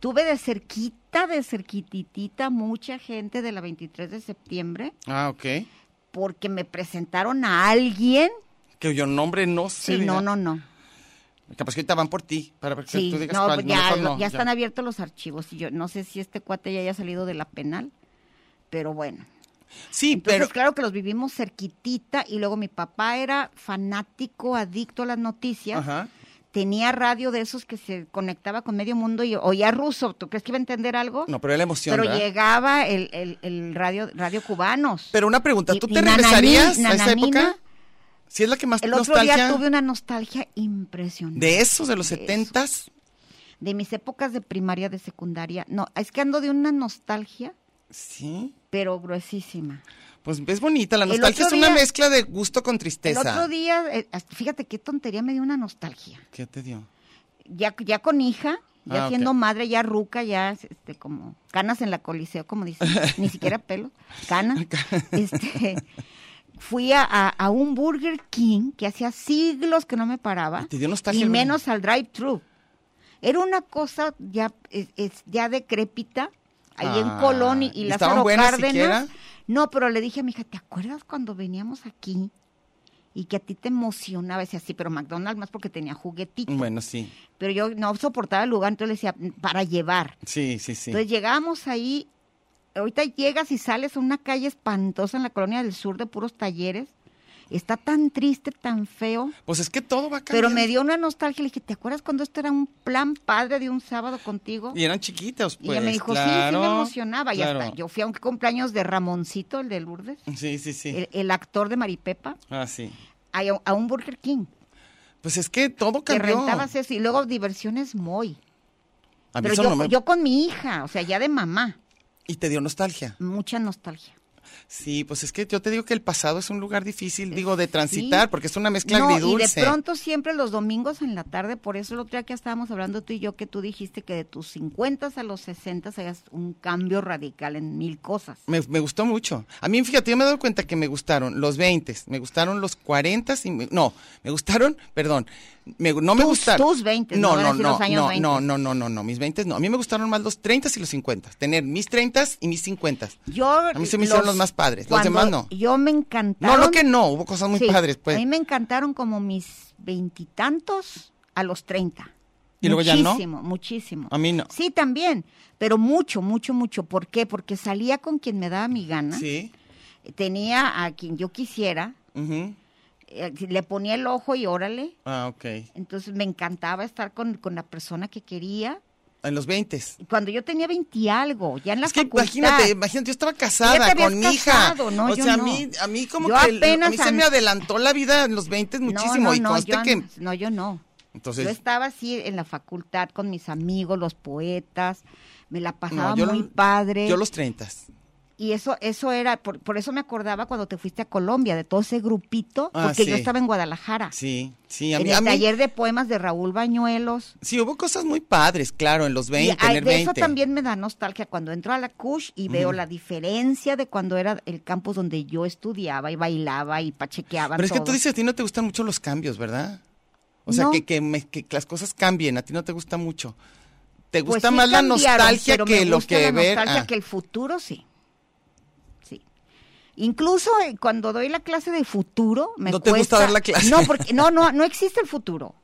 C: Tuve de cerquita, de cerquititita, mucha gente de la 23 de septiembre,
B: Ah, ok.
C: porque me presentaron a alguien.
B: Que yo nombre no sé.
C: Sí, no, no, no.
B: Capaz que ahorita van por ti, para que
C: Sí,
B: tú digas
C: no,
B: cuál.
C: pues ya,
B: mejor
C: lo-
B: no,
C: ya están abiertos los archivos. Y yo no sé si este cuate ya haya salido de la penal, pero bueno.
B: Sí,
C: Entonces,
B: pero...
C: claro que los vivimos cerquitita y luego mi papá era fanático, adicto a las noticias.
B: Ajá.
C: Tenía radio de esos que se conectaba con medio mundo y oía ruso. ¿Tú crees que iba a entender algo?
B: No, pero era la emoción,
C: Pero
B: ¿verdad?
C: llegaba el, el- el radio, radio cubanos.
B: Pero una pregunta,
C: Y-
B: ¿tú
C: y
B: te
C: Nananí,
B: regresarías a esa
C: Nananina,
B: época? Si es la que más
C: El otro
B: nostalgia
C: día tuve una nostalgia impresionante.
B: de esos, de los
C: De
B: setentas,
C: De mis épocas de primaria, de secundaria. No, es que ando de una nostalgia,
B: sí.
C: pero gruesísima.
B: Pues es bonita, la
C: El
B: nostalgia es
C: otro
B: una
C: día-
B: mezcla de gusto con
C: El
B: tristeza.
C: otro día, eh, hasta- fíjate qué tontería me dio una nostalgia.
B: ¿Qué te dio?
C: Ya, ya con hija, ya
B: Ah, ok.
C: siendo madre, ya ruca, ya este, como canas en la coliseo, como dicen. Ni siquiera pelo, canas. Este, fui a, a- a un Burger King que hacía siglos que no me paraba.
B: Te dio nostalgia
C: Y
B: el Burger
C: menos al drive-thru. Era una cosa ya, es, es- ya decrépita, ahí en
B: Ah,
C: Colón y,
B: ¿y
C: la
B: estaban buenas siquiera?
C: Cárdenas. No, pero le dije a mi hija, ¿te acuerdas cuando veníamos aquí? Y que a ti te emocionaba, decía así, pero McDonald's más porque tenía juguetito.
B: Bueno, sí.
C: Pero yo no soportaba el lugar, entonces le decía, "Mm, para llevar.
B: Sí, sí, sí.
C: Entonces llegábamos ahí ahorita llegas y sales a una calle espantosa en la colonia del sur de puros talleres. Está tan triste, tan feo.
B: Pues es que todo va a cambiar.
C: Pero me dio una nostalgia. Le dije, ¿te acuerdas cuando esto era un plan padre de un sábado contigo?
B: Y eran chiquitos,
C: Y
B: pues.
C: ella me dijo, sí,
B: claro,
C: sí me emocionaba. Y
B: claro.
C: hasta yo fui a un cumpleaños de Ramoncito, el de Lourdes,
B: Sí, sí, sí.
C: el, el actor de Maripepa,
B: Ah, sí.
C: a, a un Burger King.
B: Pues es que todo
C: Que
B: cambió.
C: rentabas eso. Y luego diversiones muy.
B: A mí
C: Pero
B: eso
C: yo,
B: no me-
C: yo con mi hija, o sea, ya de mamá.
B: Y te dio nostalgia.
C: Mucha nostalgia.
B: Sí, pues es que yo te digo que el pasado es un lugar difícil, digo, de
C: Eh, Sí.
B: transitar, porque es una mezcla
C: No,
B: agridulce.
C: Y de pronto siempre los domingos en la tarde, por eso el otro día que estábamos hablando tú y yo, que tú dijiste que de tus 50 a los 60 hayas un cambio radical en mil cosas.
B: Me, me gustó mucho. A mí, fíjate, yo me he dado cuenta que me gustaron los 20, me gustaron los 40 y me- no, me gustaron, perdón, me- no me
C: Tus-
B: gustaron.
C: tus 20, no
B: no,
C: van a
B: no, no,
C: decir los años
B: no,
C: 20.
B: no, no, no, no, no, mis 20 no. A mí me gustaron más los 30 y los 50, tener mis 30 y mis 50.
C: Yo,
B: A mí se me hicieron los más padres, los
C: cuando
B: demás no.
C: Yo me
B: No,
C: encantaron.
B: no que no, hubo cosas muy
C: Sí,
B: padres,
C: A mí
B: pues.
C: me encantaron como mis veintitantos a los 30.
B: ¿Y luego ya no?
C: Muchísimo, muchísimo.
B: A mí no.
C: Sí, también, pero mucho, mucho, mucho. ¿Por qué? Porque salía con quien me daba mi gana,
B: Sí.
C: tenía a quien yo quisiera,
B: ujú.
C: eh, le ponía el ojo y órale.
B: Ah, ok.
C: Entonces me encantaba estar con, con la persona que quería.
B: En los 20.
C: Cuando yo tenía 20 y algo, ya en la
B: Es que
C: facultad.
B: imagínate, imagínate, yo estaba
C: Ya
B: casada
C: te habías
B: con mi
C: casado,
B: hija.
C: no,
B: o
C: yo
B: sea,
C: no.
B: a mí, a mí como
C: Yo
B: que el- a mí
C: apenas
B: se
C: an-
B: me adelantó la vida en los 20
C: No,
B: muchísimo
C: no,
B: y
C: no,
B: conste
C: yo
B: que
C: an- no, yo no.
B: entonces
C: yo estaba así en la facultad con mis amigos, los poetas, me la pasaba
B: No, yo
C: muy
B: lo-
C: padre.
B: yo los 30.
C: Y eso eso era, por, por eso me acordaba cuando te fuiste a Colombia, de todo ese grupito,
B: Ah,
C: porque yo
B: sí.
C: estaba en Guadalajara,
B: Sí, sí, a mí,
C: en el
B: a mí-
C: taller de poemas de Raúl Bañuelos.
B: sí hubo cosas muy padres, claro, en los
C: y
B: 20,
C: ay,
B: tener
C: de
B: 20.
C: eso también me da nostalgia cuando entro a la CUSH y veo la diferencia de cuando era el campus donde yo estudiaba y bailaba y pachequeaba.
B: Pero es que
C: todo.
B: tú dices, a ti no te gustan mucho los cambios, ¿verdad? O sea,
C: No.
B: que, que, me- que las cosas cambien, a ti no te gusta mucho. Te
C: Pues
B: gusta
C: sí
B: más la
C: cambiaron,
B: nostalgia
C: pero me
B: que lo
C: gusta
B: que
C: la
B: ver.
C: nostalgia
B: ah,
C: que el futuro sí. Sí. Incluso eh, cuando doy la clase de futuro, me
B: ¿No te gusta
C: cuesta-
B: dar la clase?
C: No, porque no, no, no existe el futuro.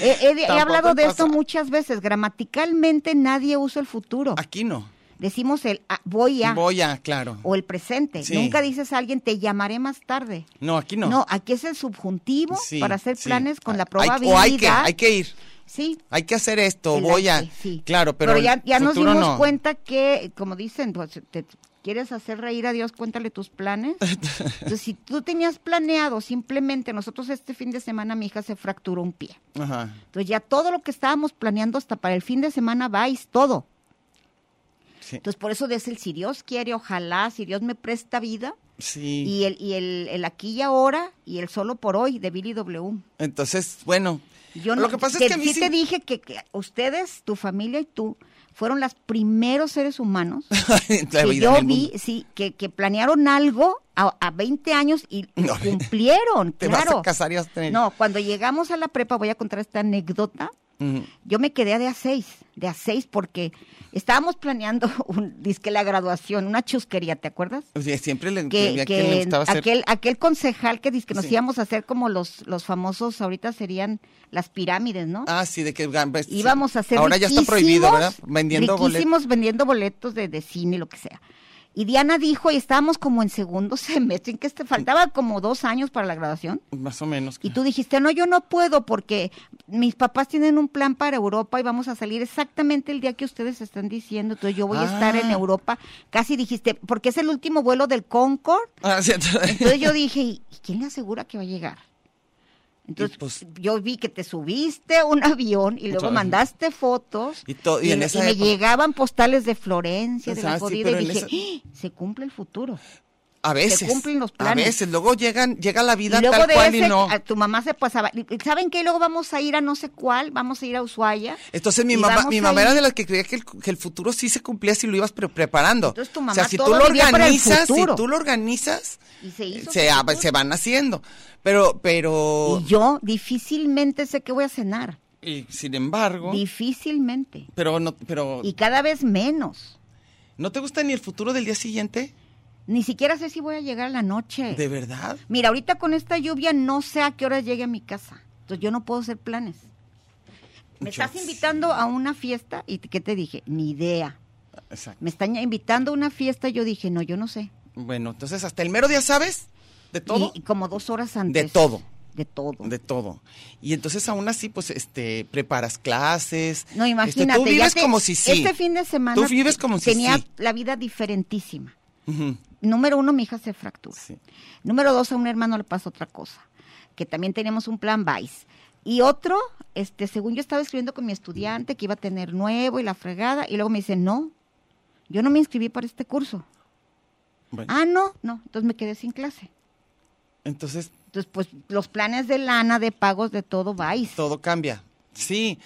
C: He, he- he
B: Tampoco
C: hablado de esto
B: pasa.
C: muchas veces. Gramaticalmente nadie usa el futuro.
B: Aquí no.
C: Decimos el ah, voy a
B: Ah. Voy a, claro.
C: o el presente.
B: Sí.
C: Nunca dices a alguien te llamaré más tarde.
B: No, aquí no.
C: No, aquí es el subjuntivo
B: Sí,
C: para hacer
B: sí.
C: planes con la
B: Hay-
C: probabilidad.
B: o hay que, hay que ir.
C: Sí,
B: Hay que hacer esto,
C: el
B: voy a.
C: arte, sí.
B: Claro, pero.
C: ya,
B: el
C: ya nos
B: futuro
C: dimos
B: no.
C: cuenta que, como dicen, pues, te quieres hacer reír a Dios, cuéntale tus planes. Entonces, si tú tenías planeado simplemente, nosotros este fin de semana mi hija se fracturó un pie.
B: Ajá.
C: Entonces ya todo lo que estábamos planeando hasta para el fin de semana vais todo.
B: Sí.
C: Entonces por eso es el si Dios quiere, ojalá, si Dios me presta vida
B: sí.
C: y el y el, el aquí y ahora y el solo por hoy de Billy W.
B: Entonces, bueno.
C: Yo no,
B: lo que pasa es que a mí
C: sí,
B: sí-
C: te dije que, que ustedes, tu familia y tú, fueron los primeros seres humanos
B: en la
C: que
B: vida, en
C: yo
B: el
C: vi,
B: mundo.
C: sí, que, que planearon algo a, a 20 años y
B: No.
C: cumplieron,
B: Te vas a
C: claro.
B: casar y vas a tener-
C: No, cuando llegamos a la prepa, voy a contar esta anécdota,
B: Ujú.
C: yo me quedé de a seis, de a seis, porque estábamos planeando, un, dizque la graduación, una chusquería, ¿te acuerdas?
B: O sea, siempre le,
C: que,
B: a quien le
C: que
B: gustaba hacer.
C: aquel, aquel concejal que dice que nos
B: Sí.
C: íbamos a hacer como los, los famosos, ahorita serían las pirámides, ¿no?
B: Ah, sí, de que gambas- sí.
C: Íbamos a hacer
B: Ahora ya está
C: riquísimos-
B: prohibido, ¿verdad? Vendiendo boletos.
C: riquísimos vendiendo boletos de, de cine, lo que sea. Y Diana dijo, y estábamos como en segundo semestre, en que este, faltaba como dos años para la graduación.
B: Más o menos.
C: Y tú dijiste, no, yo no puedo porque mis papás tienen un plan para Europa y vamos a salir exactamente el día que ustedes están diciendo. Entonces yo voy a estar en
B: Ah.
C: Europa. Casi dijiste, porque es el último vuelo del Concorde.
B: Ah, sí,
C: Entonces yo dije, ¿y y quién le asegura que va a llegar? Entonces
B: Y pues-
C: yo vi que te subiste a un avión y luego
B: Muchas-
C: mandaste fotos
B: Y todo- y en
C: me-
B: esa
C: me
B: época-
C: llegaban postales de Florencia, de
B: Ah,
C: la
B: sí,
C: jodida,
B: pero
C: y
B: en
C: dije,
B: esa-
C: "¡Ah! se cumple el futuro.
B: a veces.
C: cumplen los
B: A
C: planes.
B: veces. Luego llegan, llega la
C: Y
B: vida
C: luego
B: tal
C: de
B: cual
C: ese,
B: y no.
C: a tu mamá se pasaba, y- y ¿saben qué? Luego vamos a ir a no sé cuál, vamos a ir a Ushuaia.
B: Entonces mi
C: y
B: mamá,
C: vamos
B: mi
C: a
B: mamá
C: ir".
B: era de las que creía que el, que el futuro sí se cumplía si lo ibas pre- preparando.
C: Entonces, tu
B: o sea,
C: mamá
B: si tú
C: todo
B: lo
C: vivía para el
B: organizas, si
C: futuro.
B: tú lo organizas,
C: Y se hizo
B: se,
C: su
B: ab-
C: futuro.
B: se van haciendo. Pero, pero,
C: Y yo difícilmente sé qué voy a cenar,
B: y sin embargo,
C: difícilmente.
B: pero no, pero
C: Y cada vez menos.
B: ¿no te gusta ni el futuro del día siguiente?
C: Ni siquiera sé si voy a llegar a la noche.
B: ¿De verdad?
C: Mira, ahorita con esta lluvia no sé a qué hora llegue a mi casa. Entonces yo no puedo hacer planes. Me
B: Yo
C: estás
B: sí.
C: invitando a una fiesta y te- ¿qué te dije? Ni idea.
B: Exacto.
C: Me están invitando a una fiesta, yo dije, no, yo no sé.
B: Bueno, entonces hasta el mero día sabes de todo.
C: Y, y como dos horas antes.
B: de todo.
C: De todo.
B: De todo. Y entonces aún así, pues, este, preparas clases.
C: No,
B: este,
C: imagínate.
B: tú
C: ya
B: vives
C: te-
B: como si sí.
C: Este fin de semana
B: Tú vives
C: te-
B: como si
C: tenía
B: sí.
C: la vida diferentísima.
B: Ujú,
C: Número uno, mi hija se fractura.
B: sí.
C: Número dos, a un hermano le pasa otra cosa, que también teníamos un plan Vice. Y otro, este, según yo estaba escribiendo con mi estudiante que iba a tener nuevo y la fregada, y luego me dice, no, yo no me inscribí para este curso.
B: Bueno,
C: Ah, no, no, entonces me quedé sin clase.
B: entonces
C: Entonces, pues los planes de lana, de pagos, de todo Vice.
B: todo cambia. Sí.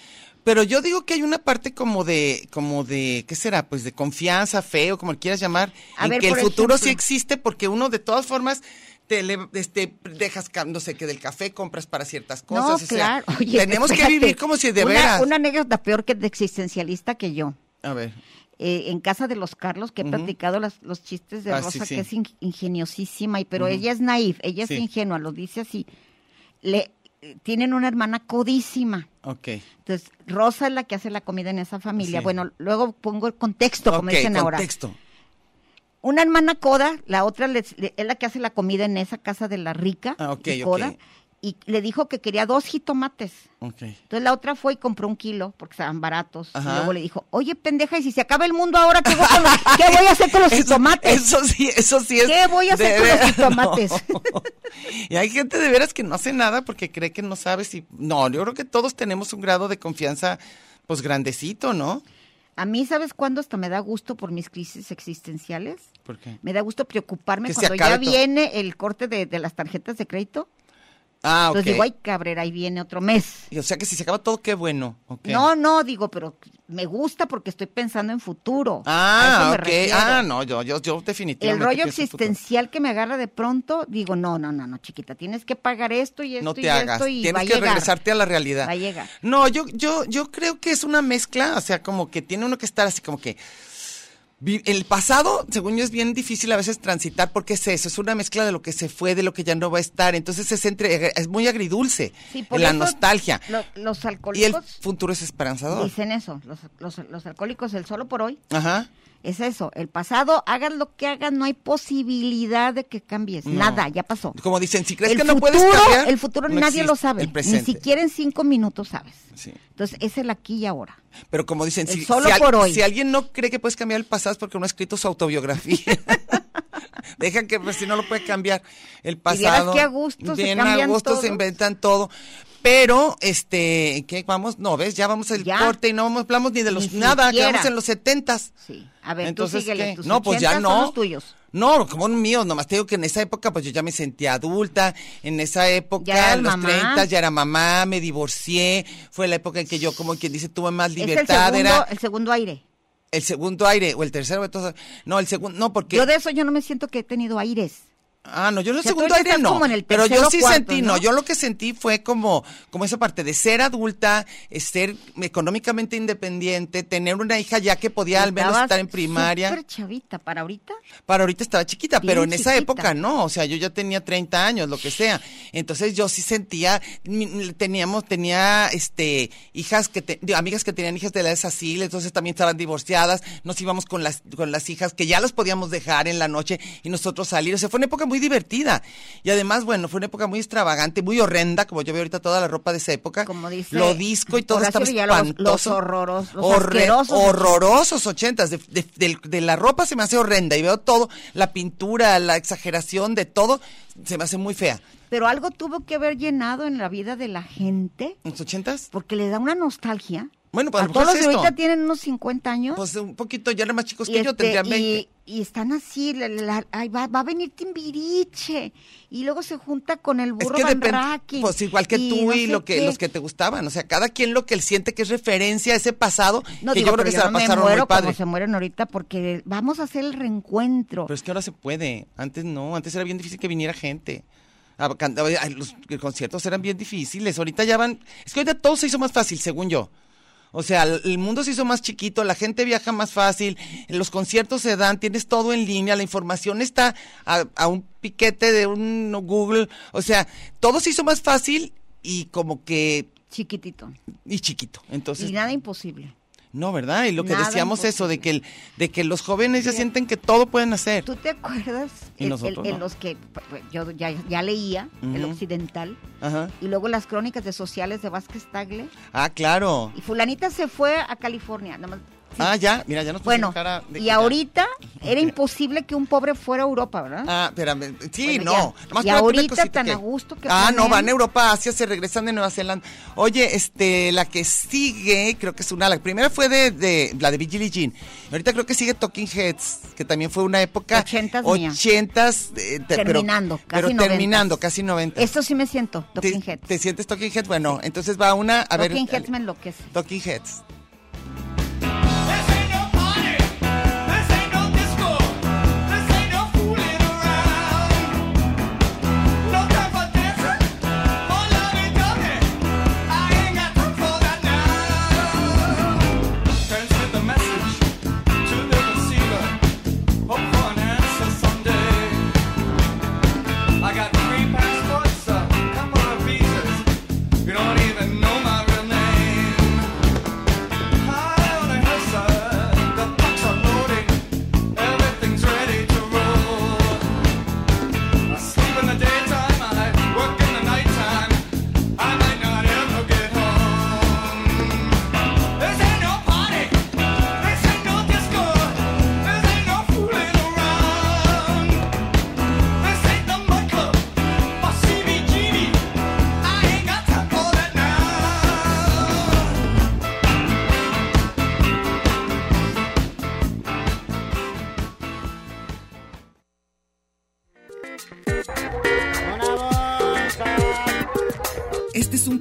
B: Pero yo digo que hay una parte como de, como de, ¿qué será? Pues de confianza, fe o como le quieras llamar,
C: A
B: en
C: ver,
B: que el
C: por
B: futuro sí
C: ejemplo.
B: existe, porque uno de todas formas te le- este, dejas, ca- no sé, que del café compras para ciertas cosas.
C: no,
B: o sea,
C: claro. Oye,
B: tenemos
C: espérate.
B: que vivir como si de
C: Una-
B: veras.
C: Una anécdota peor que de existencialista que yo.
B: A ver,
C: eh, en casa de los Carlos, que he
B: Ujú.
C: practicado las- los chistes de
B: Ah, sí,
C: Rosa,
B: sí.
C: que es in- ingeniosísima, y, pero
B: Ujú.
C: ella es naif, ella
B: Sí.
C: es ingenua, lo dice así. Le, eh, tienen una hermana codísima.
B: ok.
C: Entonces, Rosa es la que hace la comida en esa familia.
B: Sí.
C: Bueno, luego pongo el contexto, como
B: Ok,
C: dicen ahora.
B: contexto.
C: Una hermana coda, la otra les- le- es la que hace la comida en esa casa de la rica,
B: Ah, ok,
C: y
B: ok.
C: coda, y le dijo que quería dos jitomates.
B: Ok.
C: Entonces la otra fue y compró un kilo porque estaban baratos.
B: Ajá.
C: Y luego le dijo, oye pendeja, y si se acaba el mundo ahora, ¿qué, voy, con los- qué voy a hacer con los jitomates?
B: Eso sí, eso sí es.
C: ¿Qué voy a hacer
B: de
C: con los
B: veras,
C: jitomates?
B: no. Y hay gente de veras que no hace nada porque cree que no sabe si. No, yo creo que todos tenemos un grado de confianza, pues grandecito, ¿no?
C: A mí, ¿sabes cuándo hasta me da gusto por mis crisis existenciales?
B: Porque.
C: Me da gusto preocuparme
B: Que se
C: cuando ya
B: acabe todo.
C: viene el corte de, de las tarjetas de crédito.
B: Ah, ok.
C: Entonces digo, ay cabrera, ahí viene otro mes.
B: Y, O sea que si se acaba todo, qué bueno. ok.
C: No, no, digo, pero me gusta porque estoy pensando en futuro. A eso
B: Ah,
C: me
B: ok.
C: refiero.
B: Ah, no, yo, yo, yo
C: El
B: definitivamente.
C: rollo
B: pienso en futuro.
C: existencial que me agarra de pronto, digo, no, no, no, no, chiquita, tienes que pagar esto y esto
B: No
C: y
B: te hagas.
C: esto y va
B: Tienes
C: a
B: que
C: llegar.
B: regresarte a la realidad.
C: Va a llegar.
B: No, yo, yo, yo creo que es una mezcla, o sea, como que tiene uno que estar así como que. vi- El pasado, según yo, es bien difícil a veces transitar porque es eso, es una mezcla de lo que se fue, de lo que ya no va a estar. Entonces es, entre, es muy agridulce
C: Sí, por
B: la
C: eso
B: nostalgia.
C: lo- los
B: Y el
C: alcohólicos
B: futuro es esperanzador.
C: dicen eso, los, los- los alcohólicos, el solo por hoy,
B: Ajá.
C: es eso, el pasado, hagas lo que hagas, no hay posibilidad de que cambies,
B: No.
C: nada, ya pasó.
B: Como dicen, si crees
C: el
B: que no
C: futuro,
B: puedes cambiar.
C: el futuro
B: no
C: nadie lo
B: existe,
C: sabe,
B: El
C: ni
B: presente.
C: siquiera en cinco minutos sabes.
B: Sí.
C: Entonces es el aquí y ahora.
B: Pero como dicen,
C: El
B: si,
C: solo
B: si al-
C: por hoy.
B: si alguien no cree que puedes cambiar el pasado es porque no ha escrito su autobiografía. Dejan que pues, si no lo puede cambiar el pasado.
C: vieras qué a gusto se
B: Bien a
C: cambian
B: gusto se
C: todos.
B: inventan todo. Pero, este, ¿qué vamos? No, ¿ves? Ya vamos al
C: Ya.
B: corte y no vamos- hablamos ni de
C: Ni
B: los nada,
C: siquiera.
B: quedamos en los setentas.
C: Sí. A ver,
B: Entonces,
C: tú síguele,
B: ¿qué?
C: tus
B: No, pues ya
C: 80
B: no.
C: son los tuyos.
B: No, como un mío, nomás te digo que en esa época pues yo ya me sentía adulta, en esa
C: Ya
B: época,
C: eras
B: a los
C: mamá.
B: 30 ya era mamá, me divorcié, fue la época en que yo como quien dice tuve más libertad,
C: es el segundo,
B: era
C: el segundo aire.
B: el segundo aire o el tercero, entonces, no, el segundo, no, porque...
C: Yo de eso yo no me siento que he tenido aires.
B: Ah, no, yo en el
C: O sea, tú
B: segundo
C: ahorita
B: aire
C: estás
B: no.
C: como en el
B: pero yo
C: tercero,
B: sí
C: cuarto,
B: sentí, no.
C: ¿no?
B: yo lo que sentí fue como, como esa parte de ser adulta, eh, ser económicamente independiente, tener una hija ya que podía al menos
C: Estabas
B: estar en primaria.
C: súper chavita para ahorita.
B: Para ahorita estaba chiquita,
C: Bien
B: pero en esa
C: chiquita.
B: época no, o sea, yo ya tenía 30 años, lo que sea. Entonces yo sí sentía, mi- teníamos, tenía, este, hijas que, te- digo, amigas que tenían hijas de edades así, entonces también estaban divorciadas, nos íbamos con las, con las hijas que ya las podíamos dejar en la noche y nosotros salir. O sea, fue una época muy divertida. Y además, bueno, fue una época muy extravagante, muy horrenda, como yo veo ahorita toda la ropa de esa época.
C: Como dice
B: Lo disco y todo
C: Horacio
B: estaba
C: Villalobos, los
B: espantoso.
C: horroros- los
B: Horre-
C: asquerosos
B: horror- horrorosos ochentas, de, de- del- de la ropa se me hace horrenda y veo todo, la pintura, la exageración de todo, se me hace muy fea.
C: Pero algo tuvo que haber llenado en la vida de la gente
B: ¿Los ochentas?
C: porque les da una nostalgia.
B: Bueno, pues, a
C: a
B: lo mejor
C: todos los
B: es
C: que
B: esto.
C: ahorita tienen unos 50 años.
B: Pues un poquito, ya eran más chicos
C: y
B: que yo,
C: este,
B: tendría
C: y-
B: 20.
C: y están así, la- la- ay, va, va a venir Timbiriche, y luego se junta con el burro Van
B: depende,
C: Racky,
B: pues igual que
C: y
B: tú
C: no
B: y
C: sé
B: lo que,
C: qué.
B: los que te gustaban, o sea, cada quien lo que él siente que es referencia a ese pasado,
C: No,
B: que
C: digo,
B: yo creo
C: pero
B: que se la
C: no me
B: pasaron muy
C: muero
B: padre.
C: como se mueren ahorita porque vamos a hacer el reencuentro.
B: Pero es que ahora se puede. Antes no, antes era bien difícil que viniera gente. A- can- a- a- Los conciertos eran bien difíciles. Ahorita ya van. Es que ahorita todo se hizo más fácil, según yo. O sea, el el mundo se hizo más chiquito, la gente viaja más fácil, los conciertos se dan, tienes todo en línea, la información está a, a un piquete de un Google. O sea, todo se hizo más fácil y como que.
C: Chiquitito.
B: y chiquito. Entonces.
C: y nada imposible.
B: No, ¿verdad? Y lo que
C: Nada
B: decíamos eso, de que, el, de que los jóvenes ya
C: Sí.
B: sienten que todo pueden hacer.
C: ¿Tú te acuerdas
B: Y
C: en,
B: nosotros
C: en- en
B: no.
C: los que pues, yo ya, ya leía, el
B: Ujú.
C: occidental,
B: Ajá.
C: y luego las crónicas de sociales de Vázquez Tagle?
B: Ah, claro.
C: Y fulanita se fue a California. nomás- sí.
B: Ah, ya, mira, ya nos pusimos
C: bueno,
B: cara de-
C: y ahorita era imposible que un pobre fuera a Europa, ¿verdad?
B: Ah, espérame. Sí,
C: Bueno,
B: no.
C: ya.
B: Nomás
C: Y
B: te voy a poner
C: ahorita
B: cosita
C: tan a gusto que
B: Ah, no,
C: ponen.
B: van a Europa, Asia, se regresan de Nueva Zelanda. Oye, este, la que sigue, creo que es una. La primera fue de, de- la de Billie Jean. Ahorita creo que sigue Talking Heads, que también fue una época.
C: Ochentas mía.
B: Ochentas. eh, te- pero-
C: Terminando, casi
B: Pero
C: noventas.
B: terminando, casi noventa.
C: Esto sí me siento, Talking
B: ¿Te,
C: Heads.
B: te sientes Talking Heads? Bueno, entonces va una. A ver.
C: Talking Heads me enloquece.
B: Talking Heads.
D: This ain't no party. This ain't no disco. This ain't no fooling around. No time for dancing. More lovey dovey. I ain't got time for that now. Transmit the message to the receiver. Hope for an answer someday. I got three passports, a couple of visas. You don't even know my real name. High on a hillside, the bucks are loading, everything's ready to roll. I sleep in the daytime, I work in the nighttime. I might not ever get home. This ain't no party, this ain't no disco, this ain't no fooling around. This ain't the mud club, my CBGB. I ain't got time for that now.
E: Este es un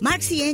A: Marx y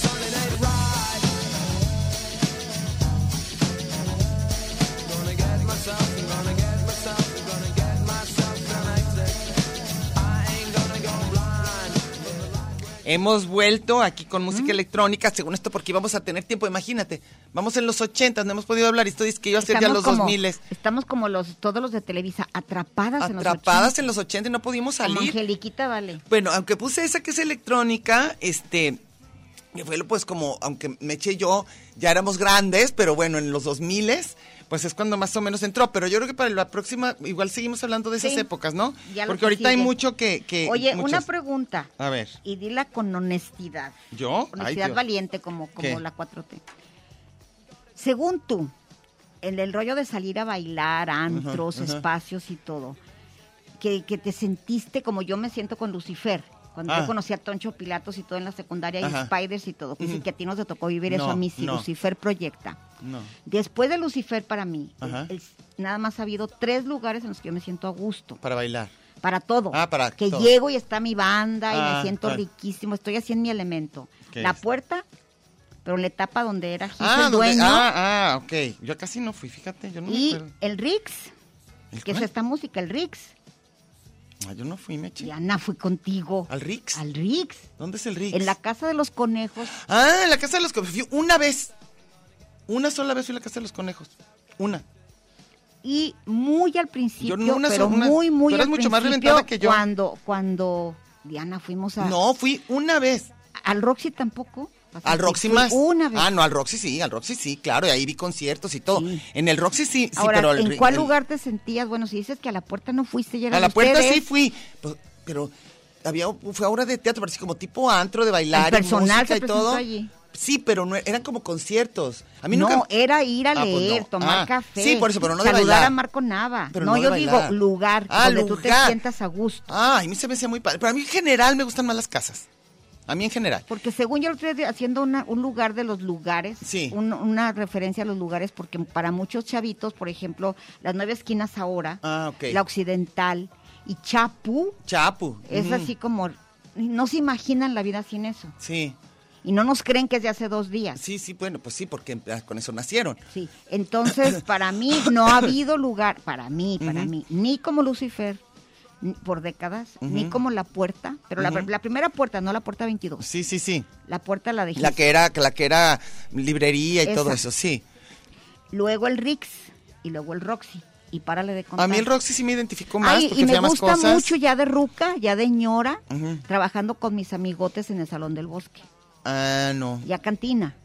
D: Sunday night ride. Gonna get myself, I'm gonna get myself, I'm gonna get myself connected. I ain't gonna go blind.
B: Hemos vuelto aquí con música electrónica, según esto, porque íbamos a tener tiempo. Imagínate, vamos en los 80, no hemos podido hablar. y Esto dice que iba a ser ya los
C: como,
B: 2000.
C: estamos como los, todos los de Televisa, atrapadas, en los
B: Atrapadas en los 80 y no pudimos
C: ochenta. Como
B: salir.
C: Angeliquita, vale.
B: Bueno, aunque puse esa que es electrónica, este. que Fue pues como, aunque Meche y yo ya éramos grandes, pero bueno, en los 2000 pues es cuando más o menos entró. Pero yo creo que para la próxima, igual seguimos hablando de esas
C: Sí.
B: épocas, ¿no?
C: Ya lo
B: Porque
C: que
B: ahorita hay
C: sigue.
B: mucho que. que
C: Oye, una
B: muchas-
C: pregunta.
B: A ver.
C: Y dila con honestidad.
B: ¿Yo? Ay,
C: Honestidad
B: Dios.
C: valiente como, como
B: ¿Qué?
C: la 4T. Según tú, en el rollo de salir a bailar, antros,
B: ajá.
C: espacios y todo, que, que te sentiste como yo me siento con Lucifer. Cuando
B: Ah.
C: yo conocí a Toncho Pilatos y todo en la secundaria
B: Ajá.
C: y Spiders y todo, que sí,
B: Ujú.
C: que a ti no te tocó vivir eso,
B: No,
C: a mí sí,
B: no.
C: Lucifer proyecta.
B: No.
C: Después de Lucifer, para mí,
B: Ajá.
C: el- nada más ha habido tres lugares en los que yo me siento a gusto
B: Para bailar.
C: para todo.
B: Ah, para
C: que
B: todo.
C: llego y está mi banda y me
B: Ah,
C: siento
B: ah.
C: riquísimo, estoy así en mi elemento.
B: Ok.
C: La puerta, pero en la etapa donde era Gis
B: Ah,
C: el
B: donde-
C: dueño
B: ah, ah, ok. Yo casi no fui, fíjate, yo no me
C: y
B: acuerdo.
C: el Rix,
B: ¿El
C: que es
B: cuál?
C: esta música, el Rix.
B: Ah, yo no fui, Meche.
C: Y Ana fui contigo.
B: ¿Al Rix?
C: Al Rix.
B: ¿Dónde es el Rix?
C: En la casa de los conejos.
B: Ah, en la Casa de los Conejos. Fui una vez. Una sola vez fui a la Casa de los Conejos. Una.
C: Y muy al principio,
B: Yo una
C: pero
B: so- una-
C: muy, muy
B: tú eras
C: al
B: mucho más
C: principio,
B: reventada que yo.
C: Cuando, cuando Diana fuimos a...
B: No, fui una vez.
C: Al Roxy tampoco.
B: Al Roxy
C: Fui
B: más.
C: Una vez.
B: Ah, no, al Roxy sí, al Roxy sí, claro, y ahí vi conciertos y todo.
C: Sí.
B: En el Roxy sí, sí,
C: Ahora,
B: pero al
C: ¿en
B: ri-
C: cuál
B: el-
C: lugar te sentías? Bueno, si dices que a la puerta no fuiste, ya
B: A
C: eran
B: la puerta
C: ustedes.
B: sí fui, pues, pero había fue obra de teatro, parecía como tipo antro de bailar
C: El
B: y
C: personal
B: música
C: se
B: y todo.
C: presentó allí.
B: Sí, pero no eran como conciertos. A mí
C: no, eh.
B: nunca
C: era ir a
B: Ah, pues no.
C: leer, tomar
B: Ah,
C: café.
B: sí, por eso, pero no de
C: Saludar
B: bailar.
C: a Marco Nava.
B: Pero
C: no,
B: no de
C: yo
B: bailar.
C: digo lugar
B: Ah,
C: donde tú te
B: lugar.
C: sientas a gusto.
B: Ah, a mí se me hacía muy padre, pero a mí en general me gustan más las casas. A mí en general.
C: Porque según yo lo estoy haciendo una- un lugar de los lugares,
B: Sí.
C: un- una referencia a los lugares, porque para muchos chavitos, por ejemplo, las nueve esquinas ahora,
B: Ah, ok.
C: la occidental y Chapu,
B: Chapu.
C: es
B: ujú,
C: así como, no se imaginan la vida sin eso.
B: Sí.
C: Y no nos creen que es de hace dos días.
B: Sí, sí, bueno, pues sí, porque ah, con eso nacieron.
C: Sí, entonces para mí no ha habido lugar, para mí, para mí, ni como Lucifer ni- por décadas, ni
B: Ujú.
C: como la puerta, pero la- la, primera puerta, no la puerta 22,
B: Sí, sí, sí.
C: la puerta la dejé.
B: La que era la que era librería y todo
C: Esa.
B: eso, sí.
C: Luego el Rix y luego el Roxy y párale de contar.
B: A mí el Roxy sí me identificó más
C: Ay,
B: porque
C: y me
B: hacía más
C: gusta
B: cosas.
C: mucho ya de ruca, ya de ñora,
B: Ujú.
C: trabajando con mis amigotes en el Salón del Bosque,
B: Ah, no.
C: ya cantina.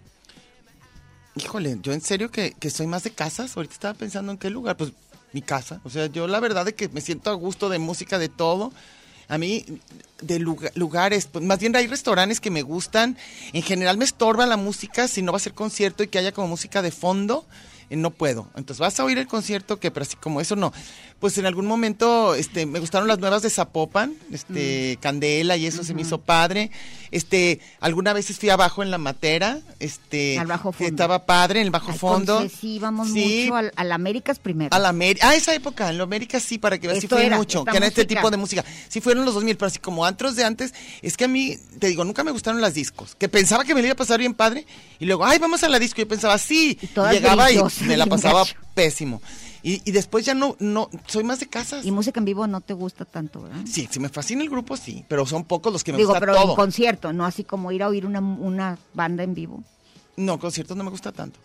B: Híjole, yo en serio que, que soy más de casas. Ahorita estaba pensando en qué lugar. Pues mi casa. O sea, yo la verdad es que me siento a gusto de música, de todo. A mí, de lugar- lugares, pues, más bien hay restaurantes que me gustan. En general me estorba la música si no va a ser concierto y que haya como música de fondo. eh, No puedo. Entonces vas a oír el concierto que, pero así como eso no. Pues en algún momento, este, me gustaron las nuevas de Zapopan, este,
C: Mm.
B: Candela y eso se me hizo padre. Este, alguna vez fui abajo en la matera, este,
C: Al bajo
B: que
C: fondo.
B: estaba padre en el bajo
C: Ay, con
B: fondo.
C: Ceci íbamos
B: Sí,
C: mucho al, al Américas primero.
B: a la América. Ah, esa época, en la América sí, para que veas, sí
C: Esto
B: fue
C: era,
B: mucho.
C: esta
B: Que era este
C: música.
B: tipo de música. Sí fueron los 2000, pero así como antros de antes, es que a mí, te digo, nunca me gustaron las discos. Que pensaba que me la iba a pasar bien padre. Y luego, ay, vamos a la disco. Y yo pensaba, sí.
C: Y todas
B: llegaba y
C: brillosas,
B: me la
C: bien
B: pasaba
C: gacho.
B: pésimo. Y, y después ya no, no, soy más de casas.
C: Y música en vivo no te gusta tanto, ¿verdad?
B: Sí, si me fascina el grupo, sí. Pero son pocos los que me
C: Digo,
B: gusta
C: pero en
B: todo.
C: concierto, no así como ir a oír una, una banda en vivo.
B: No, conciertos no me gusta tanto.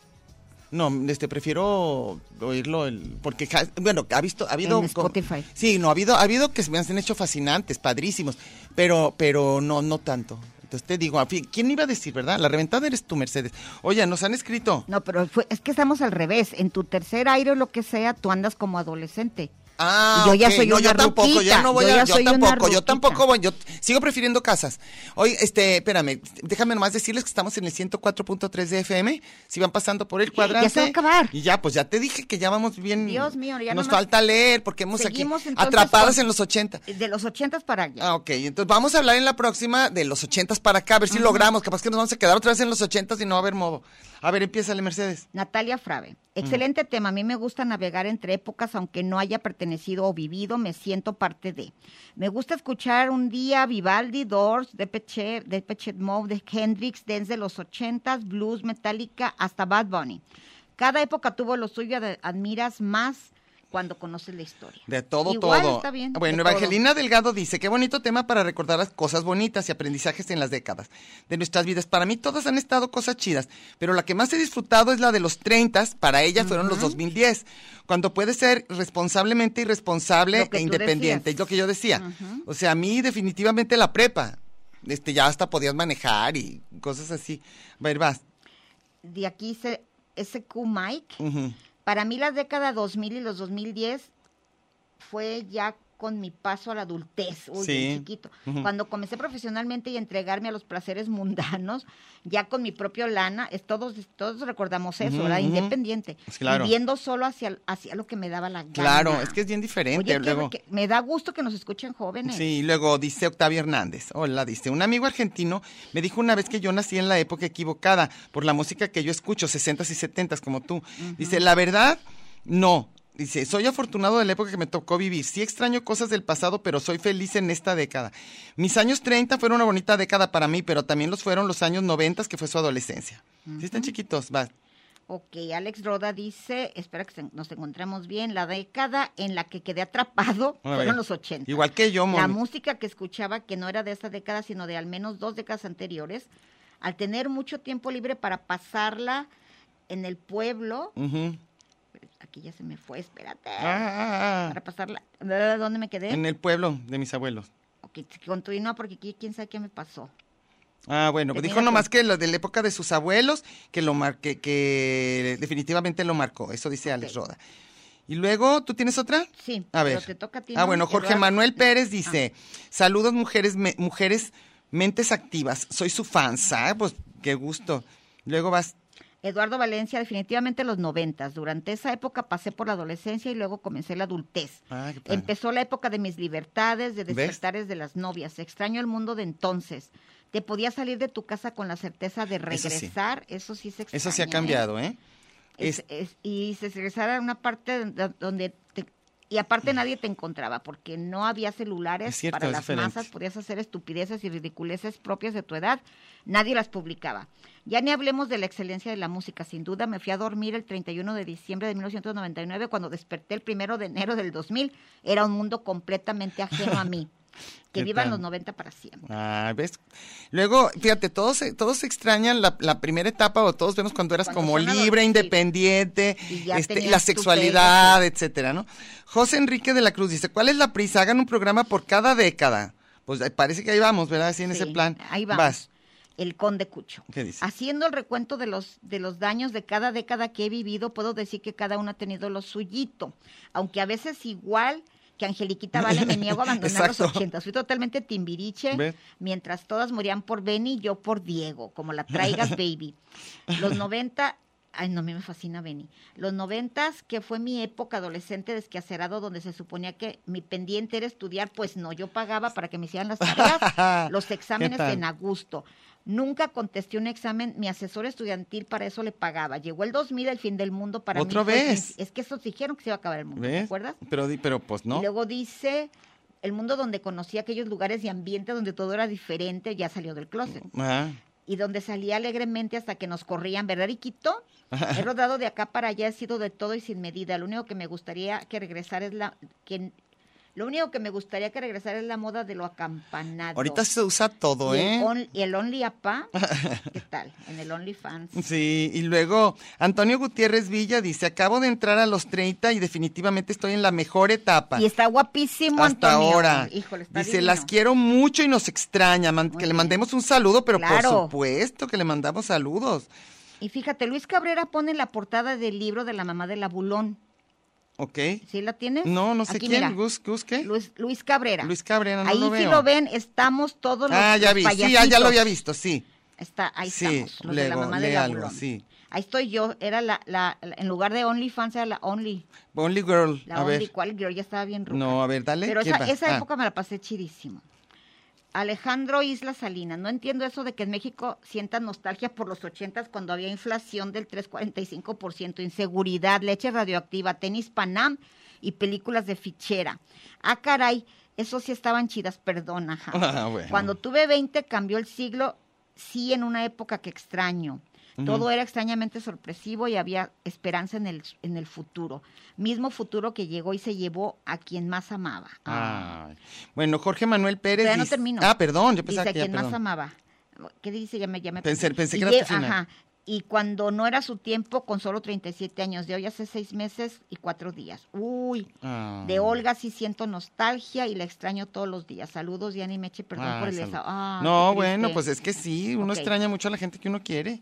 B: No, este, prefiero oírlo, el, porque, ja- bueno, ha visto, ha habido...
C: En
B: co-
C: Spotify.
B: sí, no, ha habido, ha habido que se me han hecho fascinantes, padrísimos, pero, pero no, no tanto. Entonces te digo, a fin- ¿quién iba a decir, verdad? La reventada eres tú, Mercedes. Oye, nos han escrito.
C: No, pero fue- es que estamos al revés. En tu tercer aire o lo que sea, tú andas como adolescente.
B: Ah,
C: Yo ya
B: ok.
C: soy
B: no,
C: una
B: yo tampoco,
C: ruquita,
B: yo no voy
C: yo
B: a,
C: ya
B: yo
C: soy una
B: tampoco, yo
C: ruquita.
B: tampoco voy, yo t- sigo prefiriendo casas. Oye, este, espérame, déjame nomás decirles que estamos en el 104.3 de FM, si van pasando por el cuadrante.
C: va a acabar.
B: Y ya, pues ya te dije que ya vamos bien.
C: Dios mío, ya
B: Nos
C: nomás-
B: falta leer porque hemos aquí
C: Seguimos entonces
B: atrapadas
C: con-
B: en los 80.
C: De los ochentas para allá.
B: Ah, ok, entonces vamos a hablar en la próxima de los 80 para acá, a ver si logramos, capaz que nos vamos a quedar otra vez en los 80 y no va a haber modo. A ver, empiézale, Mercedes.
C: Natalia Frave.
B: Mm.
C: Excelente tema. A mí me gusta navegar entre épocas, aunque no haya pertenecido o vivido, me siento parte de. Me gusta escuchar un día Vivaldi, Doors, Depeche, Depeche Mode, Hendrix, desde los ochentas, blues, Metallica, hasta Bad Bunny. Cada época tuvo lo suyo, ad- admiras más cuando conoces la historia.
B: De todo,
C: Igual
B: todo.
C: está bien,
B: bueno,
C: de todo.
B: Evangelina Delgado dice, qué bonito tema para recordar las cosas bonitas y aprendizajes en las décadas de nuestras vidas. Para mí todas han estado cosas chidas, pero la que más he disfrutado es la de los 30, para ella fueron los 2010, cuando puedes ser responsablemente
C: Lo
B: irresponsable
C: que
B: e
C: tú
B: independiente,
C: decías.
B: es lo que yo decía. O sea, a mí definitivamente la prepa, este ya hasta podías manejar y cosas así. A ver, vas.
C: De aquí se, SQ Mike.
B: Ujú.
C: Para mí la década 2000 y los 2010 fue ya con mi paso a la adultez, uy, bien
B: Sí.
C: chiquito. Cuando comencé profesionalmente y entregarme a los placeres mundanos, ya con mi propio lana, es- todos, todos recordamos eso,
B: Ujú,
C: ¿verdad?
B: ujú.
C: Independiente.
B: Sí, claro.
C: Viendo solo hacia, hacia lo que me daba la gana.
B: Claro, es que es bien diferente.
C: Oye, qué-
B: luego.
C: que me da gusto que nos escuchen jóvenes.
B: Sí, y luego dice Octavio Hernández. Hola, dice. Un amigo argentino me dijo una vez que yo nací en la época equivocada por la música que yo escucho, 60s y 70s, como tú. Dice, la verdad, no. Dice, soy afortunado de la época que me tocó vivir. Sí extraño cosas del pasado, pero soy feliz en esta década. Mis años 30 fueron una bonita década para mí, pero también los fueron los años 90 que fue su adolescencia. Sí, están chiquitos, va.
C: Ok, Alex Roda dice, espera que se- nos encontremos bien, la década en la que quedé atrapado
B: A ver.
C: fueron los 80.
B: Igual que yo,
C: La
B: Moni.
C: música que escuchaba, que no era de esta década, sino de al menos dos décadas anteriores, al tener mucho tiempo libre para pasarla en el pueblo,
B: Ujú.
C: aquí ya se me fue, espérate,
B: Ah, ah,
C: para
B: ah.
C: pasarla, ¿dónde me quedé?
B: En el puelo de mis abuelos.
C: Ok, continúa porque aquí quién sabe qué me pasó.
B: Ah, bueno,
C: Tenía
B: dijo
C: que-
B: nomás que lo de la época de sus abuelos, que lo mar- que- que definitivamente lo marcó. Eso dice Alex
C: Ok.
B: Roda. Y luego, ¿tú tienes otra?
C: Sí,
B: A ver.
C: pero te toca a ti,
B: ah,
C: ¿no?
B: bueno,
C: Y
B: Jorge
C: luego-
B: Manuel
C: Ah.
B: Pérez dice, saludos mujeres, me- mujeres, mentes activas, soy su fans, ah, pues qué gusto. Luego vas,
C: Eduardo Valencia, definitivamente los noventas. Durante esa época pasé por la adolescencia y luego comencé la adultez.
B: Ah, qué padre.
C: Empezó la época de mis libertades, de
B: ¿Ves?
C: despertares de las novias. Extraño el mundo de entonces. Te podías salir de tu casa con la certeza de
B: Eso sí.
C: regresar. Eso sí, se extraña.
B: eso se ha
C: ¿eh? Este,
B: cambiado, ¿eh?
C: Es-
B: Es-
C: es- y se regresar a una parte do- donde... te- y aparte nadie te encontraba porque no había celulares
B: Mm. Es cierto,
C: para
B: es
C: las
B: diferente.
C: masas, podías hacer estupideces y ridiculeces propias de tu edad, nadie las publicaba. Ya ni hablemos de la excelencia de la música, sin duda me fui a dormir el 31 de diciembre de 1999, cuando desperté el primero de enero del 2000, era un mundo completamente ajeno a mí. Que
B: ¿Qué
C: vivan
B: tal?
C: los 90 para siempre.
B: Ah, ¿ves? Luego, fíjate, todos, se- todos se extrañan la, la primera etapa o todos vemos cuando eras
C: Cuando
B: como
C: son adolescentes.
B: libre, independiente,
C: Y ya
B: este,
C: tenías
B: la
C: tu
B: sexualidad, etcétera, ¿no? José Enrique de la Cruz dice, ¿cuál es la prisa? Hagan un programa por cada década. Pues eh, parece que ahí vamos, ¿verdad? Así en ese
C: Sí,
B: plan.
C: Ahí vamos. Ah,
B: Vas.
C: El conde Cucho.
B: ¿Qué dice?
C: Haciendo el recuento de los, de los daños de cada década que he vivido, puedo decir que cada uno ha tenido lo suyito. Aunque a veces igual que Angeliquita Vale, me niego a abandonar los
B: Exacto.
C: 80. Fui totalmente timbiriche,
B: Ve.
C: mientras todas morían por Benny, yo por Diego, como la traigas, baby. Los 90... Ay, no, a mí me fascina Benny. Los noventas, que fue mi época adolescente desquacerado, donde se suponía que mi pendiente era estudiar, pues no, yo pagaba para que me hicieran las tareas, los exámenes
B: ¿Qué tal?
C: en a gusto. Nunca contesté un examen, mi asesor estudiantil para eso le pagaba. Llegó el 2000, el fin del mundo para
B: ¿Otra
C: mí. fue el
B: vez?
C: fin- Es que esos dijeron que se iba a acabar el mundo, ¿te
B: ¿Ves?
C: acuerdas?
B: Pero, di- pero pues no.
C: Y luego dice, el mundo donde conocí aquellos lugares y ambientes donde todo era diferente, ya salió del closet.
B: Ajá.
C: Y donde salía alegremente hasta que nos corrían, ¿verdad, Iquito? He rodado de acá para allá, he sido de todo y sin medida. Lo único que me gustaría que regresar es la... Que, lo único que me gustaría que regresar es la moda de lo acampanado.
B: Ahorita se usa todo,
C: Ah, Y el
B: ¿eh?
C: on- Y el Only Apa, ¿qué tal? En el OnlyFans.
B: Sí, y luego Antonio Gutiérrez Villa dice, acabo de entrar a los 30 y definitivamente estoy en la mejor etapa.
C: Y está guapísimo
B: hasta
C: Antonio.
B: ahora.
C: Híjole, está
B: Dice,
C: divino.
B: las quiero mucho y nos extraña. man- que le
C: bien.
B: mandemos un saludo, pero
C: Claro.
B: por supuesto que le mandamos saludos.
C: Y fíjate, Luis Cabrera pone la portada del libro de la mamá del abulón.
B: ¿Ok?
C: ¿Sí la tienes?
B: No, no sé
C: Aquí, mira.
B: quién. Gus, Gus, ¿qué?
C: Luis, Luis Cabrera.
B: Luis Cabrera, no
C: Ahí
B: lo
C: sí
B: veo.
C: lo ven, estamos todos los
B: ah, ya
C: los
B: vi. Sí, ya, ya lo había
C: payasitos.
B: visto, sí.
C: Está, ahí
B: Sí,
C: estamos, los de la
B: luego,
C: mamá del
B: léalo,
C: abulón.
B: sí.
C: Ahí estoy yo, era la, la, la- en lugar de OnlyFans era la Only,
B: Only Girl.
C: la
B: a
C: Only,
B: ver.
C: ¿cuál girl? Ya estaba bien ruca.
B: No, a ver, dale.
C: Pero
B: ¿quién
C: esa,
B: va?
C: esa
B: Ah,
C: época me la pasé chidísimo. Alejandro Isla Salinas, no entiendo eso de que en México sientan nostalgia por los ochentas cuando había inflación del 3,45%, inseguridad, leche radioactiva, tenis Panam y películas de fichera. Ah, caray, eso sí estaban chidas, perdona. ajá.
B: Ah, bueno.
C: Cuando tuve 20 cambió el siglo, sí en una época que extraño. Todo era extrañamente sorpresivo y había esperanza en el, en el futuro. Mismo futuro que llegó y se llevó a quien más amaba. Ah.
B: ay. Bueno, Jorge Manuel Pérez.
C: Todavía no
B: dice-
C: termino.
B: Ah, perdón, yo pensaba
C: Dice a
B: que ya,
C: quien más
B: perdón.
C: amaba. ¿Qué dice? Ya me, ya me
B: Pensé-
C: perdí.
B: pensé
C: Y
B: que era tu
C: lle-
B: final.
C: Ajá. Y cuando no era su tiempo, con solo 37 años de hoy, hace seis meses y cuatro días. Uy,
B: Ah.
C: de Olga sí siento nostalgia y la extraño todos los días. Saludos, Diana y Meche, perdón
B: Ay,
C: por el
B: salud.
C: desa- Ah,
B: no,
C: qué triste.
B: bueno, pues es que sí, uno
C: Ok.
B: extraña mucho a la gente que uno quiere.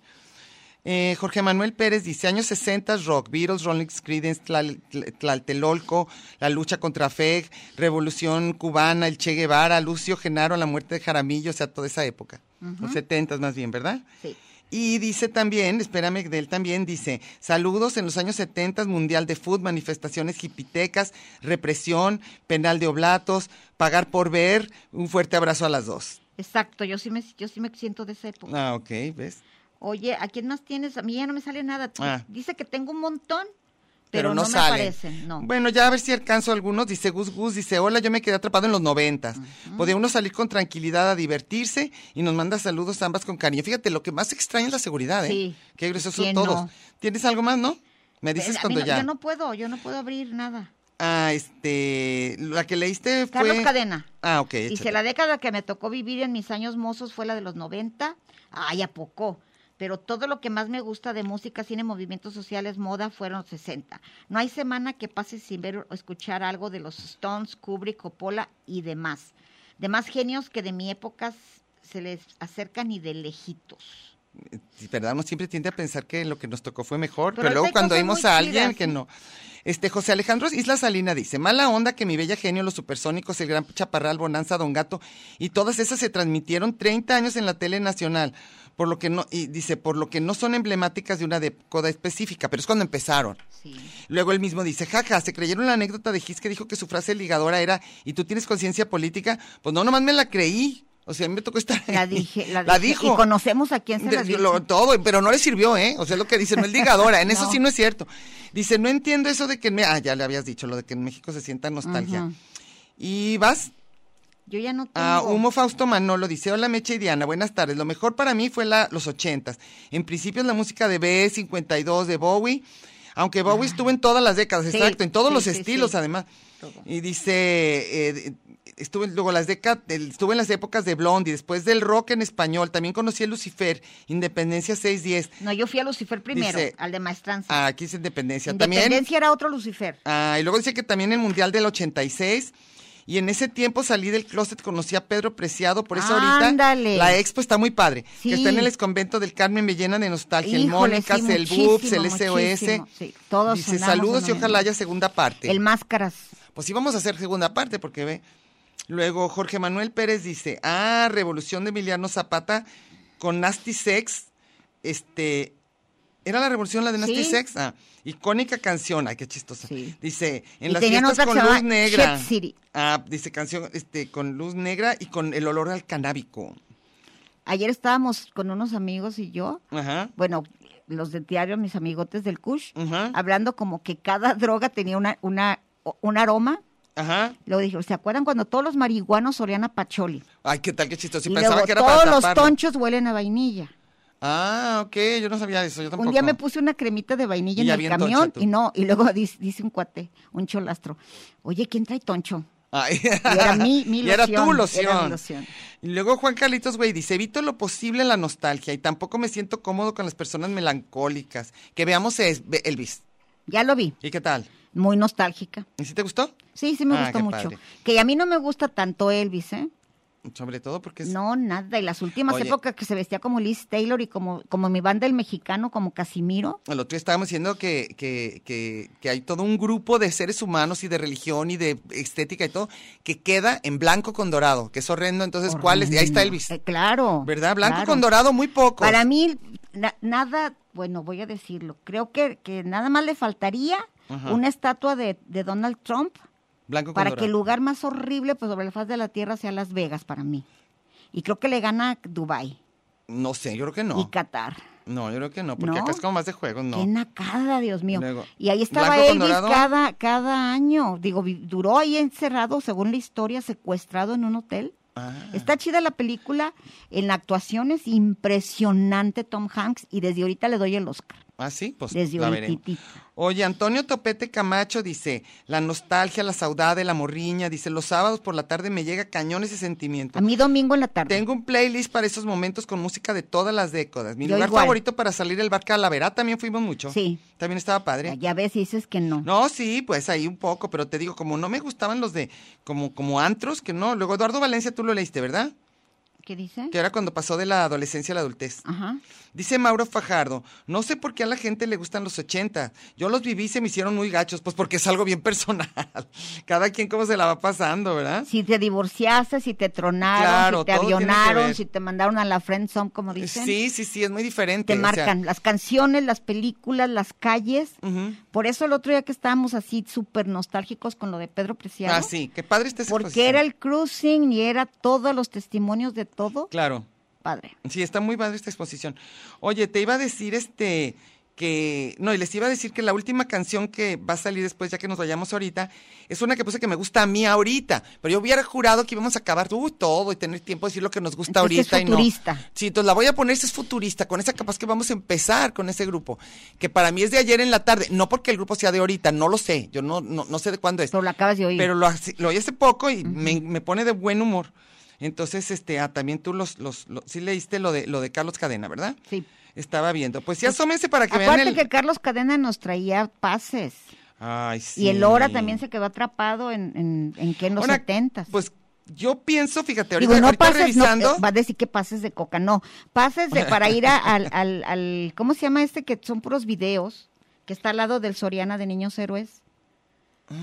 B: Eh, Jorge Manuel Pérez dice, años 60, rock, Beatles, Rolling Stones, Creedence, Tlal- Tl- Tlaltelolco, la lucha contra FEG, Revolución Cubana, el Che Guevara, Lucio Genaro, la muerte de Jaramillo, o sea, toda esa época. Los 70 más bien, ¿verdad?
C: Sí.
B: Y dice también, espérame, de él también dice, saludos en los años 70, Mundial de Fútbol, manifestaciones hipitecas, represión, penal de oblatos, pagar por ver, un fuerte abrazo a las dos.
C: Exacto, yo sí me, yo sí me siento de esa época.
B: Ah, ok, ¿ves?
C: Oye, ¿a quién más tienes? A mí ya no me sale nada.
B: Ah.
C: Dice que tengo un montón.
B: pero,
C: Pero
B: no,
C: no me
B: salen.
C: aparecen, no.
B: Bueno, ya a ver si alcanzo algunos. Dice Gus Gus, dice, hola, yo me quedé atrapado en los noventas. Podía uno salir con tranquilidad a divertirse y nos manda saludos ambas con cariño. Fíjate, lo que más extraña es la seguridad, ¿eh?
C: Sí.
B: Qué gruesos son
C: ¿Quién
B: todos.
C: no?
B: ¿Tienes algo más, no? Me dices
C: Eh, a mí
B: cuando
C: no-
B: ya.
C: Yo no puedo, yo no puedo abrir nada.
B: Ah, este, la que leíste fue...
C: Carlos Cadena.
B: Ah, ok.
C: Dice, la
B: échatela.
C: década que me tocó vivir en mis años mozos fue la de los 90. Ay, ¿a poco? Pero todo lo que más me gusta de música, cine, movimientos sociales, moda, fueron los 60. No hay semana que pase sin ver o escuchar algo de los Stones, Kubrick, Coppola y demás. Demás genios que de mi época se les acercan y de lejitos.
B: Sí, ¿verdad? Uno siempre tiende a pensar que lo que nos tocó fue mejor,
C: Pero
B: pero,
C: ahorita hay
B: luego cuando
C: cosas
B: vimos
C: muy
B: a alguien
C: chidas,
B: que
C: sí.
B: no. Este, José Alejandro Isla Salina dice, mala onda que mi bella genio, los supersónicos, el gran chaparral, Bonanza, Don Gato, y todas esas se transmitieron 30 años en la tele nacional, por lo que no, y dice, por lo que no son emblemáticas de una década específica, pero es cuando empezaron.
C: Sí.
B: Luego él mismo dice, jaja, se creyeron la anécdota de Gis que dijo que su frase ligadora era, ¿y tú tienes conciencia política? Pues no, nomás me la creí. O sea, a mí me tocó estar...
C: La
B: ahí.
C: dije, la, dije,
B: dijo.
C: Y conocemos a quién se
B: De-
C: las dijo.
B: lo- todo, pero no le sirvió, ¿eh? O sea, lo que dice, no es ligadora, en eso
C: No.
B: sí no es cierto. Dice, no entiendo eso de que... en Me ah, ya le habías dicho, lo de que en México se sienta nostalgia.
C: Ujú.
B: Y vas
C: Yo ya no tengo.
B: a Ah, Humo Fausto Manolo, dice, hola Meche y Diana, buenas tardes. Lo mejor para mí fue la, los ochentas. En principio es la música de B52, de Bowie, aunque Bowie estuvo en todas las décadas,
C: Ah. Sí,
B: exacto, en todos
C: sí,
B: los
C: sí,
B: estilos
C: sí.
B: además.
C: Todo.
B: Y dice, eh, estuve luego las décadas, estuve en las épocas de Blondie, después del rock en español, también conocí a Lucifer, Independencia 610.
C: No, yo fui a Lucifer primero,
B: Dice-
C: al de Maestranza.
B: Ah, aquí es Independencia. También,
C: Independencia era otro Lucifer.
B: ah, y luego dice que también el Mundial del 86. Y en ese tiempo salí del closet, conocí a Pedro Preciado, por eso ahorita
C: Ándale.
B: la expo está muy padre.
C: Sí.
B: Que está en el exconvento del Carmen, me llena de nostalgia. el
C: Híjole,
B: Mónicas,
C: sí,
B: el BUPS, el
C: muchísimo,
B: SOS.
C: muchísimo, sí, todos
B: dice,
C: sonamos
B: saludos
C: en
B: y
C: noviembre".
B: ojalá haya segunda parte.
C: El Máscaras.
B: Pues sí, vamos a hacer segunda parte, porque ve. Luego Jorge Manuel Pérez dice, ah, Revolución de Emiliano Zapata con Nasty Sex. Este, ¿era la revolución la de Nasty
C: Sí.
B: Sex? Ah, icónica canción, ay, qué chistosa.
C: Sí.
B: Dice, en
C: Y
B: las
C: tenían
B: fiestas
C: otra que
B: con
C: se
B: luz
C: llamaba
B: negra.
C: Shed City.
B: Ah, dice canción, este, con luz negra y con el olor al canábico.
C: Ayer estábamos con unos amigos y yo,
B: Ajá.
C: bueno, los de diario, mis amigotes del Kush,
B: Ujú.
C: hablando como que cada droga tenía una, una, un aroma.
B: Ajá.
C: Luego dije, ¿se acuerdan cuando todos los marihuanos olían a pacholi?
B: Ay, qué tal, qué chistoso. Y
C: y
B: Pues pensaba
C: luego
B: que era
C: todos
B: para
C: los
B: taparlo.
C: tonchos huelen a vainilla.
B: Ah, ok, yo no sabía eso, yo tampoco.
C: Un día me puse una cremita de vainilla
B: Y ya
C: en el
B: bien
C: camión
B: toncha tú.
C: y no, y luego dice, dice un cuate, un cholastro, oye, ¿quién trae toncho?
B: Ay.
C: Y era mi, mi
B: Y era
C: loción,
B: tu
C: era mi
B: loción.
C: loción.
B: Y luego Juan Carlitos, güey, dice, evito lo posible la nostalgia y tampoco me siento cómodo con las personas melancólicas. Que veamos es- ve- Elvis.
C: Ya lo vi,
B: ¿Y qué tal?
C: muy nostálgica.
B: ¿Y si te gustó?
C: Sí, sí me
B: Ah,
C: gustó
B: qué
C: mucho.
B: padre.
C: Que a mí no me gusta tanto Elvis, ¿eh?
B: Sobre todo porque es...
C: No, nada. Y las últimas
B: Oye.
C: épocas que se vestía como Liz Taylor y como, como mi banda el mexicano, como Casimiro.
B: El otro día estábamos diciendo que, que, que, que hay todo un grupo de seres humanos y de religión y de estética y todo que queda en blanco con dorado, que es horrendo. Entonces, ¿cuál es? Y ahí está
C: Horrendo.
B: Elvis.
C: Eh, claro.
B: ¿Verdad? Blanco
C: claro.
B: con dorado, muy poco.
C: Para mí, na- nada, bueno, voy a decirlo. Creo que, que nada más le faltaría
B: Ajá.
C: una estatua de, de Donald Trump
B: Blanco con
C: para que el
B: dorado.
C: lugar más horrible pues, sobre la faz de la tierra sea Las Vegas para mí. Y creo que le gana Dubai
B: No sé, yo creo que
C: y
B: no.
C: Qatar.
B: No, yo creo que no, porque
C: ¿No?
B: acá es como más de juegos, no.
C: Qué nacada, Dios mío.
B: Luego,
C: y ahí estaba
B: blanco con
C: Elvis
B: dorado.
C: cada, cada año. Digo, vi- duró ahí encerrado, según la historia, secuestrado en un hotel.
B: Ah.
C: Está chida la película, en la actuación es impresionante Tom Hanks y desde ahorita le doy el Oscar.
B: Ah, sí, pues
C: Desde
B: la veremos.
C: ahorita.
B: Oye, Antonio Topete Camacho dice, la nostalgia, la saudade, la morriña, dice, los sábados por la tarde me llega cañón ese sentimiento.
C: A mí domingo en la tarde.
B: Tengo un playlist para esos momentos con música de todas las décadas. Mi
C: Yo
B: lugar
C: igual.
B: favorito para salir el bar Calavera también fuimos mucho.
C: Sí.
B: También estaba padre.
C: Ya ves, dices que no.
B: No, sí, pues ahí un poco, pero te digo, como no me gustaban los de, como, como antros, que no. Luego Eduardo Valencia tú lo leíste, ¿verdad?
C: ¿Qué dice?
B: Que era cuando pasó de la adolescencia a la adultez.
C: Ajá.
B: Dice Mauro Fajardo, no sé por qué a la gente le gustan los 80. Yo los viví y se me hicieron muy gachos, pues porque es algo bien personal. Cada quien cómo se la va pasando, ¿verdad?
C: Si te divorciaste, si te tronaron,
B: Claro,
C: si te
B: todo tiene que
C: avionaron,
B: ver.
C: si te mandaron a la friend zone, como dicen.
B: Sí, sí, sí, es muy
C: Te
B: diferente. o sea,
C: marcan las canciones, las películas, las calles.
B: ujú.
C: Por eso el otro día que estábamos así súper nostálgicos con lo de Pedro Preciado.
B: Ah, sí, qué padre está esa
C: Porque
B: exposición.
C: era el cruising y era todos los testimonios de todo.
B: Claro,
C: Padre.
B: sí, está muy padre esta exposición. Oye, te iba a decir este que, no, y les iba a decir que la última canción que va a salir después, ya que nos vayamos ahorita, es una que puse que me gusta a mí ahorita, pero yo hubiera jurado que íbamos a acabar uh, todo y tener tiempo de decir lo que nos gusta
C: Entonces,
B: ahorita
C: es
B: y no.
C: futurista.
B: Sí, entonces la voy a poner, si es futurista, con esa capaz que vamos a empezar con ese grupo, que para mí es de ayer en la tarde, no porque el grupo sea de ahorita, no lo sé, yo no, no, no sé de cuándo es.
C: Pero lo acabas de oír.
B: Pero lo, hace- lo oí hace poco y me, me pone de buen humor. Entonces, este, ah, también tú los, los, los- sí leíste lo de, lo de Carlos Cadena, ¿verdad?
C: Sí.
B: Estaba viendo. Pues sí, asómense para que vean
C: Acuérdate
B: el...
C: que Carlos Cadena nos traía pases.
B: Ay, sí.
C: Y el Hora también se quedó atrapado en, en, en que en los
B: Ahora,
C: setentas.
B: Pues yo pienso, fíjate, ahorita,
C: Digo, no
B: ahorita
C: pases, no,
B: revisando.
C: eh, va a decir que pases de coca, no, pases de para ir a- al, al, al, ¿cómo se llama este que son puros videos? Que está al lado del Soriana de Niños Héroes.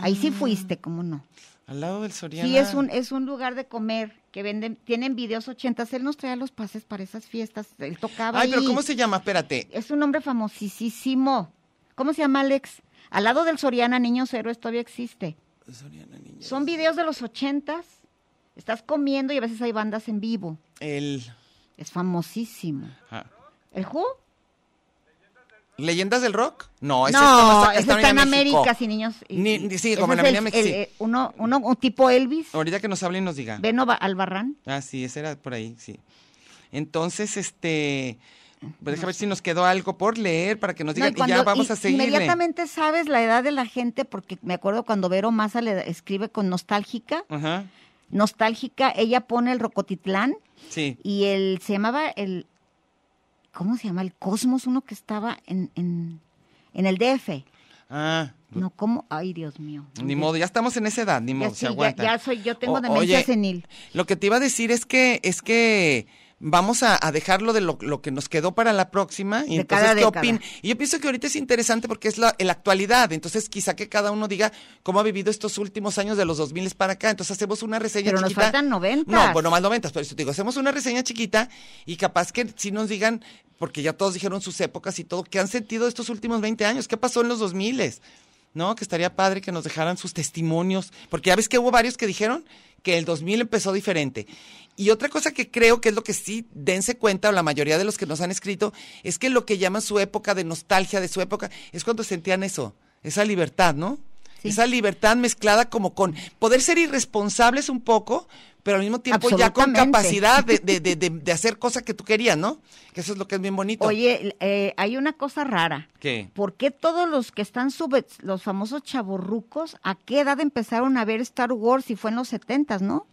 C: Ahí
B: Ah.
C: sí fuiste, ¿cómo no?
B: Al lado del Soriana.
C: Sí, es un, es un lugar de comer que venden, tienen videos ochentas, él nos traía los pases para esas fiestas, él tocaba
B: Ay, pero
C: ahí.
B: ¿cómo se llama? Espérate.
C: Es un hombre famosísimo. ¿Cómo se llama Alex? Al lado del Soriana Niños Héroes todavía existe. Son videos de los ochentas. Estás comiendo y a veces hay bandas en vivo.
B: El...
C: Es famosísimo.
B: ah,
C: ¿El Who?
B: ¿Leyendas del rock? No, ese
C: no,
B: está, más-
C: ese
B: está
C: está,
B: en
C: en
B: México.
C: América, sin niños. y-
B: Ni- ni- sí,
C: ese
B: como en
C: es el-
B: Avenida Mex- sí.
C: el- eh, uno, uno, un tipo Elvis,
B: Ahorita que nos hable y nos diga.
C: Beno Ba- Albarrán.
B: Ah, sí, ese era por ahí, sí. Entonces, este, pues deja ver si nos quedó algo por leer para que nos
C: No, y
B: digan y ya
C: cuando-
B: vamos
C: y
B: a seguir.
C: Inmediatamente sabes la edad de la gente, porque me acuerdo cuando Vero Maza le da- escribe con nostálgica,
B: Ajá.
C: nostálgica, ella pone el Rocotitlán
B: Sí.
C: y el, se llamaba el, ¿cómo se llama? El Cosmos, uno que estaba en, en, en el DF.
B: Ah,
C: No, ¿cómo? Ay, Dios mío.
B: ni modo, ya estamos en esa edad, ni
C: Ya
B: modo,
C: sí,
B: se
C: ya-
B: aguanta.
C: ya soy- yo tengo
B: O-
C: demencia
B: oye,
C: senil.
B: Lo que te iba a decir es que, es que vamos a, a dejarlo de lo, lo que nos quedó para la próxima.
C: De
B: Y entonces,
C: cada
B: ¿qué
C: década.
B: opin- Y yo pienso que ahorita es interesante porque es la, la actualidad. Entonces, quizá que cada uno diga cómo ha vivido estos últimos años de los 2000 para acá. Entonces, hacemos una reseña
C: Pero nos
B: chiquita.
C: faltan noventas.
B: No, bueno, más 90, por eso te digo, hacemos una reseña chiquita y capaz que si nos digan, porque ya todos dijeron sus épocas y todo, ¿qué han sentido estos últimos 20 años? ¿Qué pasó en los 2000? No, que estaría padre que nos dejaran sus testimonios, porque ya ves que hubo varios que dijeron que el 2000 empezó diferente. Y otra cosa que creo que es lo que sí dense cuenta, o la mayoría de los que nos han escrito, es que lo que llaman su época de nostalgia de su época es cuando sentían eso, esa libertad, ¿no?
C: Sí.
B: Esa libertad mezclada como con poder ser irresponsables un poco, pero al mismo tiempo ya con
C: Absolutamente.
B: capacidad de, de- de- de- de hacer cosas que tú querías, ¿no? Que eso es lo que es bien bonito.
C: Oye, eh, hay una cosa rara.
B: ¿Qué?
C: ¿Por qué todos los que están sub los famosos chavorrucos, a qué edad empezaron a ver Star Wars si fue en los setentas, no?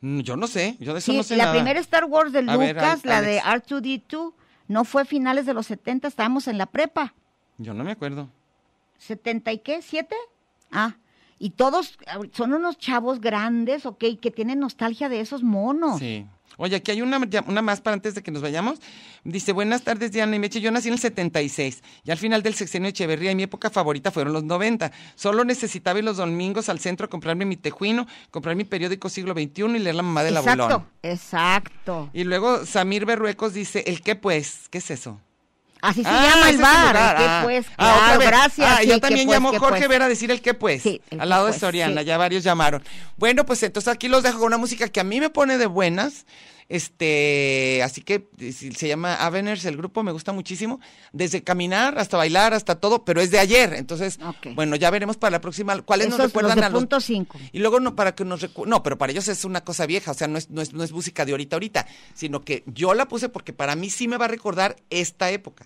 B: Mm, Yo no sé, yo de eso
C: Sí,
B: no sé
C: la
B: nada.
C: primera Star Wars de
B: A ver,
C: Lucas,
B: Al-
C: la
B: Alex.
C: de R2D2, no fue a finales de los setentas, estábamos en la prepa.
B: Yo no me acuerdo.
C: ¿70 y qué? ¿Siete? Ah, y todos ah, son unos chavos grandes, ok, que tienen nostalgia de esos monos.
B: Sí. Oye, aquí hay una, ya- una más para antes de que nos vayamos. Dice, buenas tardes, Diana y Meche. Yo nací en el 76 y al final del sexenio Echeverría y mi época favorita fueron los 90. Solo necesitaba ir los domingos al centro a comprarme mi tejuino, comprar mi periódico siglo XXI y leer La mamá del
C: exacto,
B: abuelón.
C: exacto.
B: Y luego Samir Berruecos dice, ¿el qué pues? ¿Qué es eso?
C: Así se
B: Ah,
C: llama
B: ese
C: el
B: es el
C: bar.
B: lugar.
C: ¿qué
B: Ah.
C: pues?
B: Ah, otra
C: Claro,
B: vez.
C: gracias.
B: Ah,
C: sí,
B: yo
C: ¿qué
B: también
C: pues,
B: llamó
C: qué
B: Jorge
C: pues?
B: Vera a decir el que pues.
C: Sí, el
B: al
C: qué
B: lado de
C: pues,
B: Soriana,
C: sí.
B: ya varios llamaron. Bueno, pues entonces aquí los dejo con una música que a mí me pone de buenas. Este, así que eh, si- se llama Aveners, el grupo me gusta muchísimo. Desde caminar hasta bailar, hasta todo, pero es de ayer. Entonces,
C: Ok.
B: bueno, ya veremos para la próxima. ¿Cuáles
C: Esos
B: nos
C: los
B: recuerdan
C: de
B: a los
C: punto cinco.
B: y luego no para que nos recu- no, pero para ellos es una cosa vieja, o sea, no es, no es no es música de ahorita ahorita, sino que yo la puse porque para mí sí me va a recordar esta época.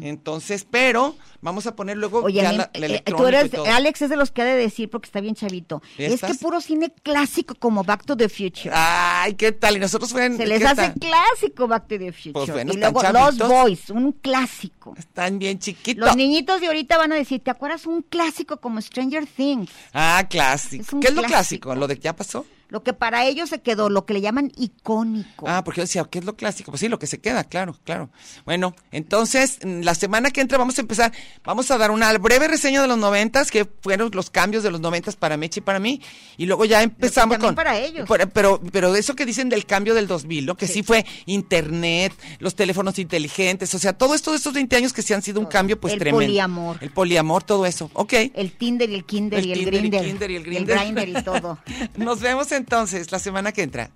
B: Entonces, pero vamos a poner luego
C: Oye,
B: ya
C: a mí,
B: la, la
C: eh, tú
B: electrónica y
C: eres,
B: todo.
C: Alex es de los que ha de decir porque está bien chavito. Es
B: ¿Estas?
C: que puro cine clásico como Back to the Future.
B: Ay, ¿qué tal? Y nosotros fueron
C: Se les
B: ¿qué
C: hace
B: tal?
C: clásico Back to the Future.
B: Pues bueno,
C: y
B: están
C: luego
B: chavitos.
C: Los Boys, un clásico.
B: están bien chiquitos.
C: Los niñitos de ahorita van a decir, ¿te acuerdas un clásico como Stranger Things?
B: Ah, clásico.
C: Es un
B: ¿Qué es lo
C: clásico.
B: clásico? ¿Lo de que ya pasó?
C: Lo que para ellos se quedó, lo que le llaman icónico.
B: Ah, porque yo decía, ¿qué es lo clásico? Pues sí, lo que se queda, claro, claro. Bueno, entonces, mm, la semana que entra vamos a empezar, vamos a dar una breve reseña de los noventas, que fueron los cambios de los noventas para Meche y para mí, y luego ya empezamos
C: también
B: con...
C: para ellos.
B: Pero, pero, pero eso que dicen del cambio del 2000, ¿no? Que sí.
C: Sí.
B: fue internet, los teléfonos inteligentes, o sea, todo esto de estos 20 años que sí han sido un cambio pues
C: El
B: tremendo.
C: poliamor.
B: El poliamor, todo eso. Ok.
C: el Tinder y el Kinder y el
B: Tinder
C: Grindr.
B: Kinder y el
C: el
B: Grindr.
C: Grindr y todo.
B: Nos vemos entonces la semana que entra.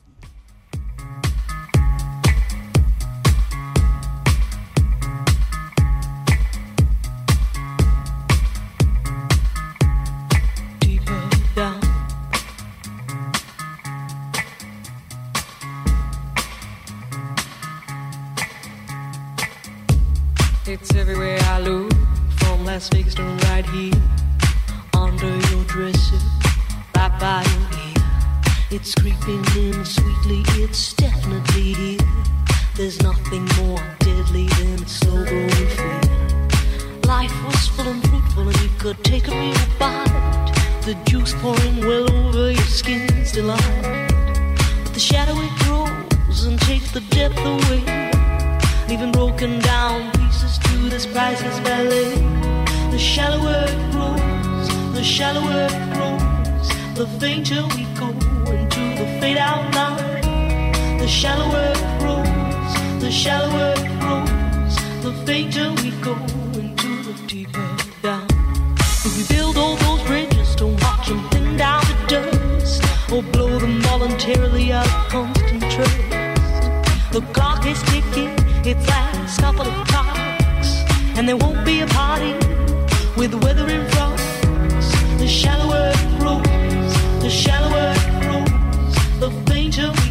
F: It's everywhere I look, from Las Vegas to right here, under your dresser, right by your ear. It's creeping in sweetly, it's definitely here. There's nothing more deadly than slow growing fear. Life was full and fruitful, and you could take a real bite. The juice pouring well over your skin's delight. But the shadow it grows and takes the depth away leaving broken down pieces to this priceless ballet. The shallower it grows, the shallower it grows, the fainter we go into the fade out line. The shallower it grows, the shallower it grows, the fainter we go into the deeper down. If we build all those bridges, don't watch them thin down to dust, or blow them voluntarily out of constant trust. The clock is ticking, it's last couple of talks, and there won't be a party with weather in front. The shallower it grows, the shallower it grows, the fainter we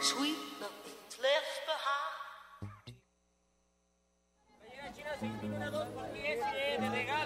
F: sweet nothing's left behind.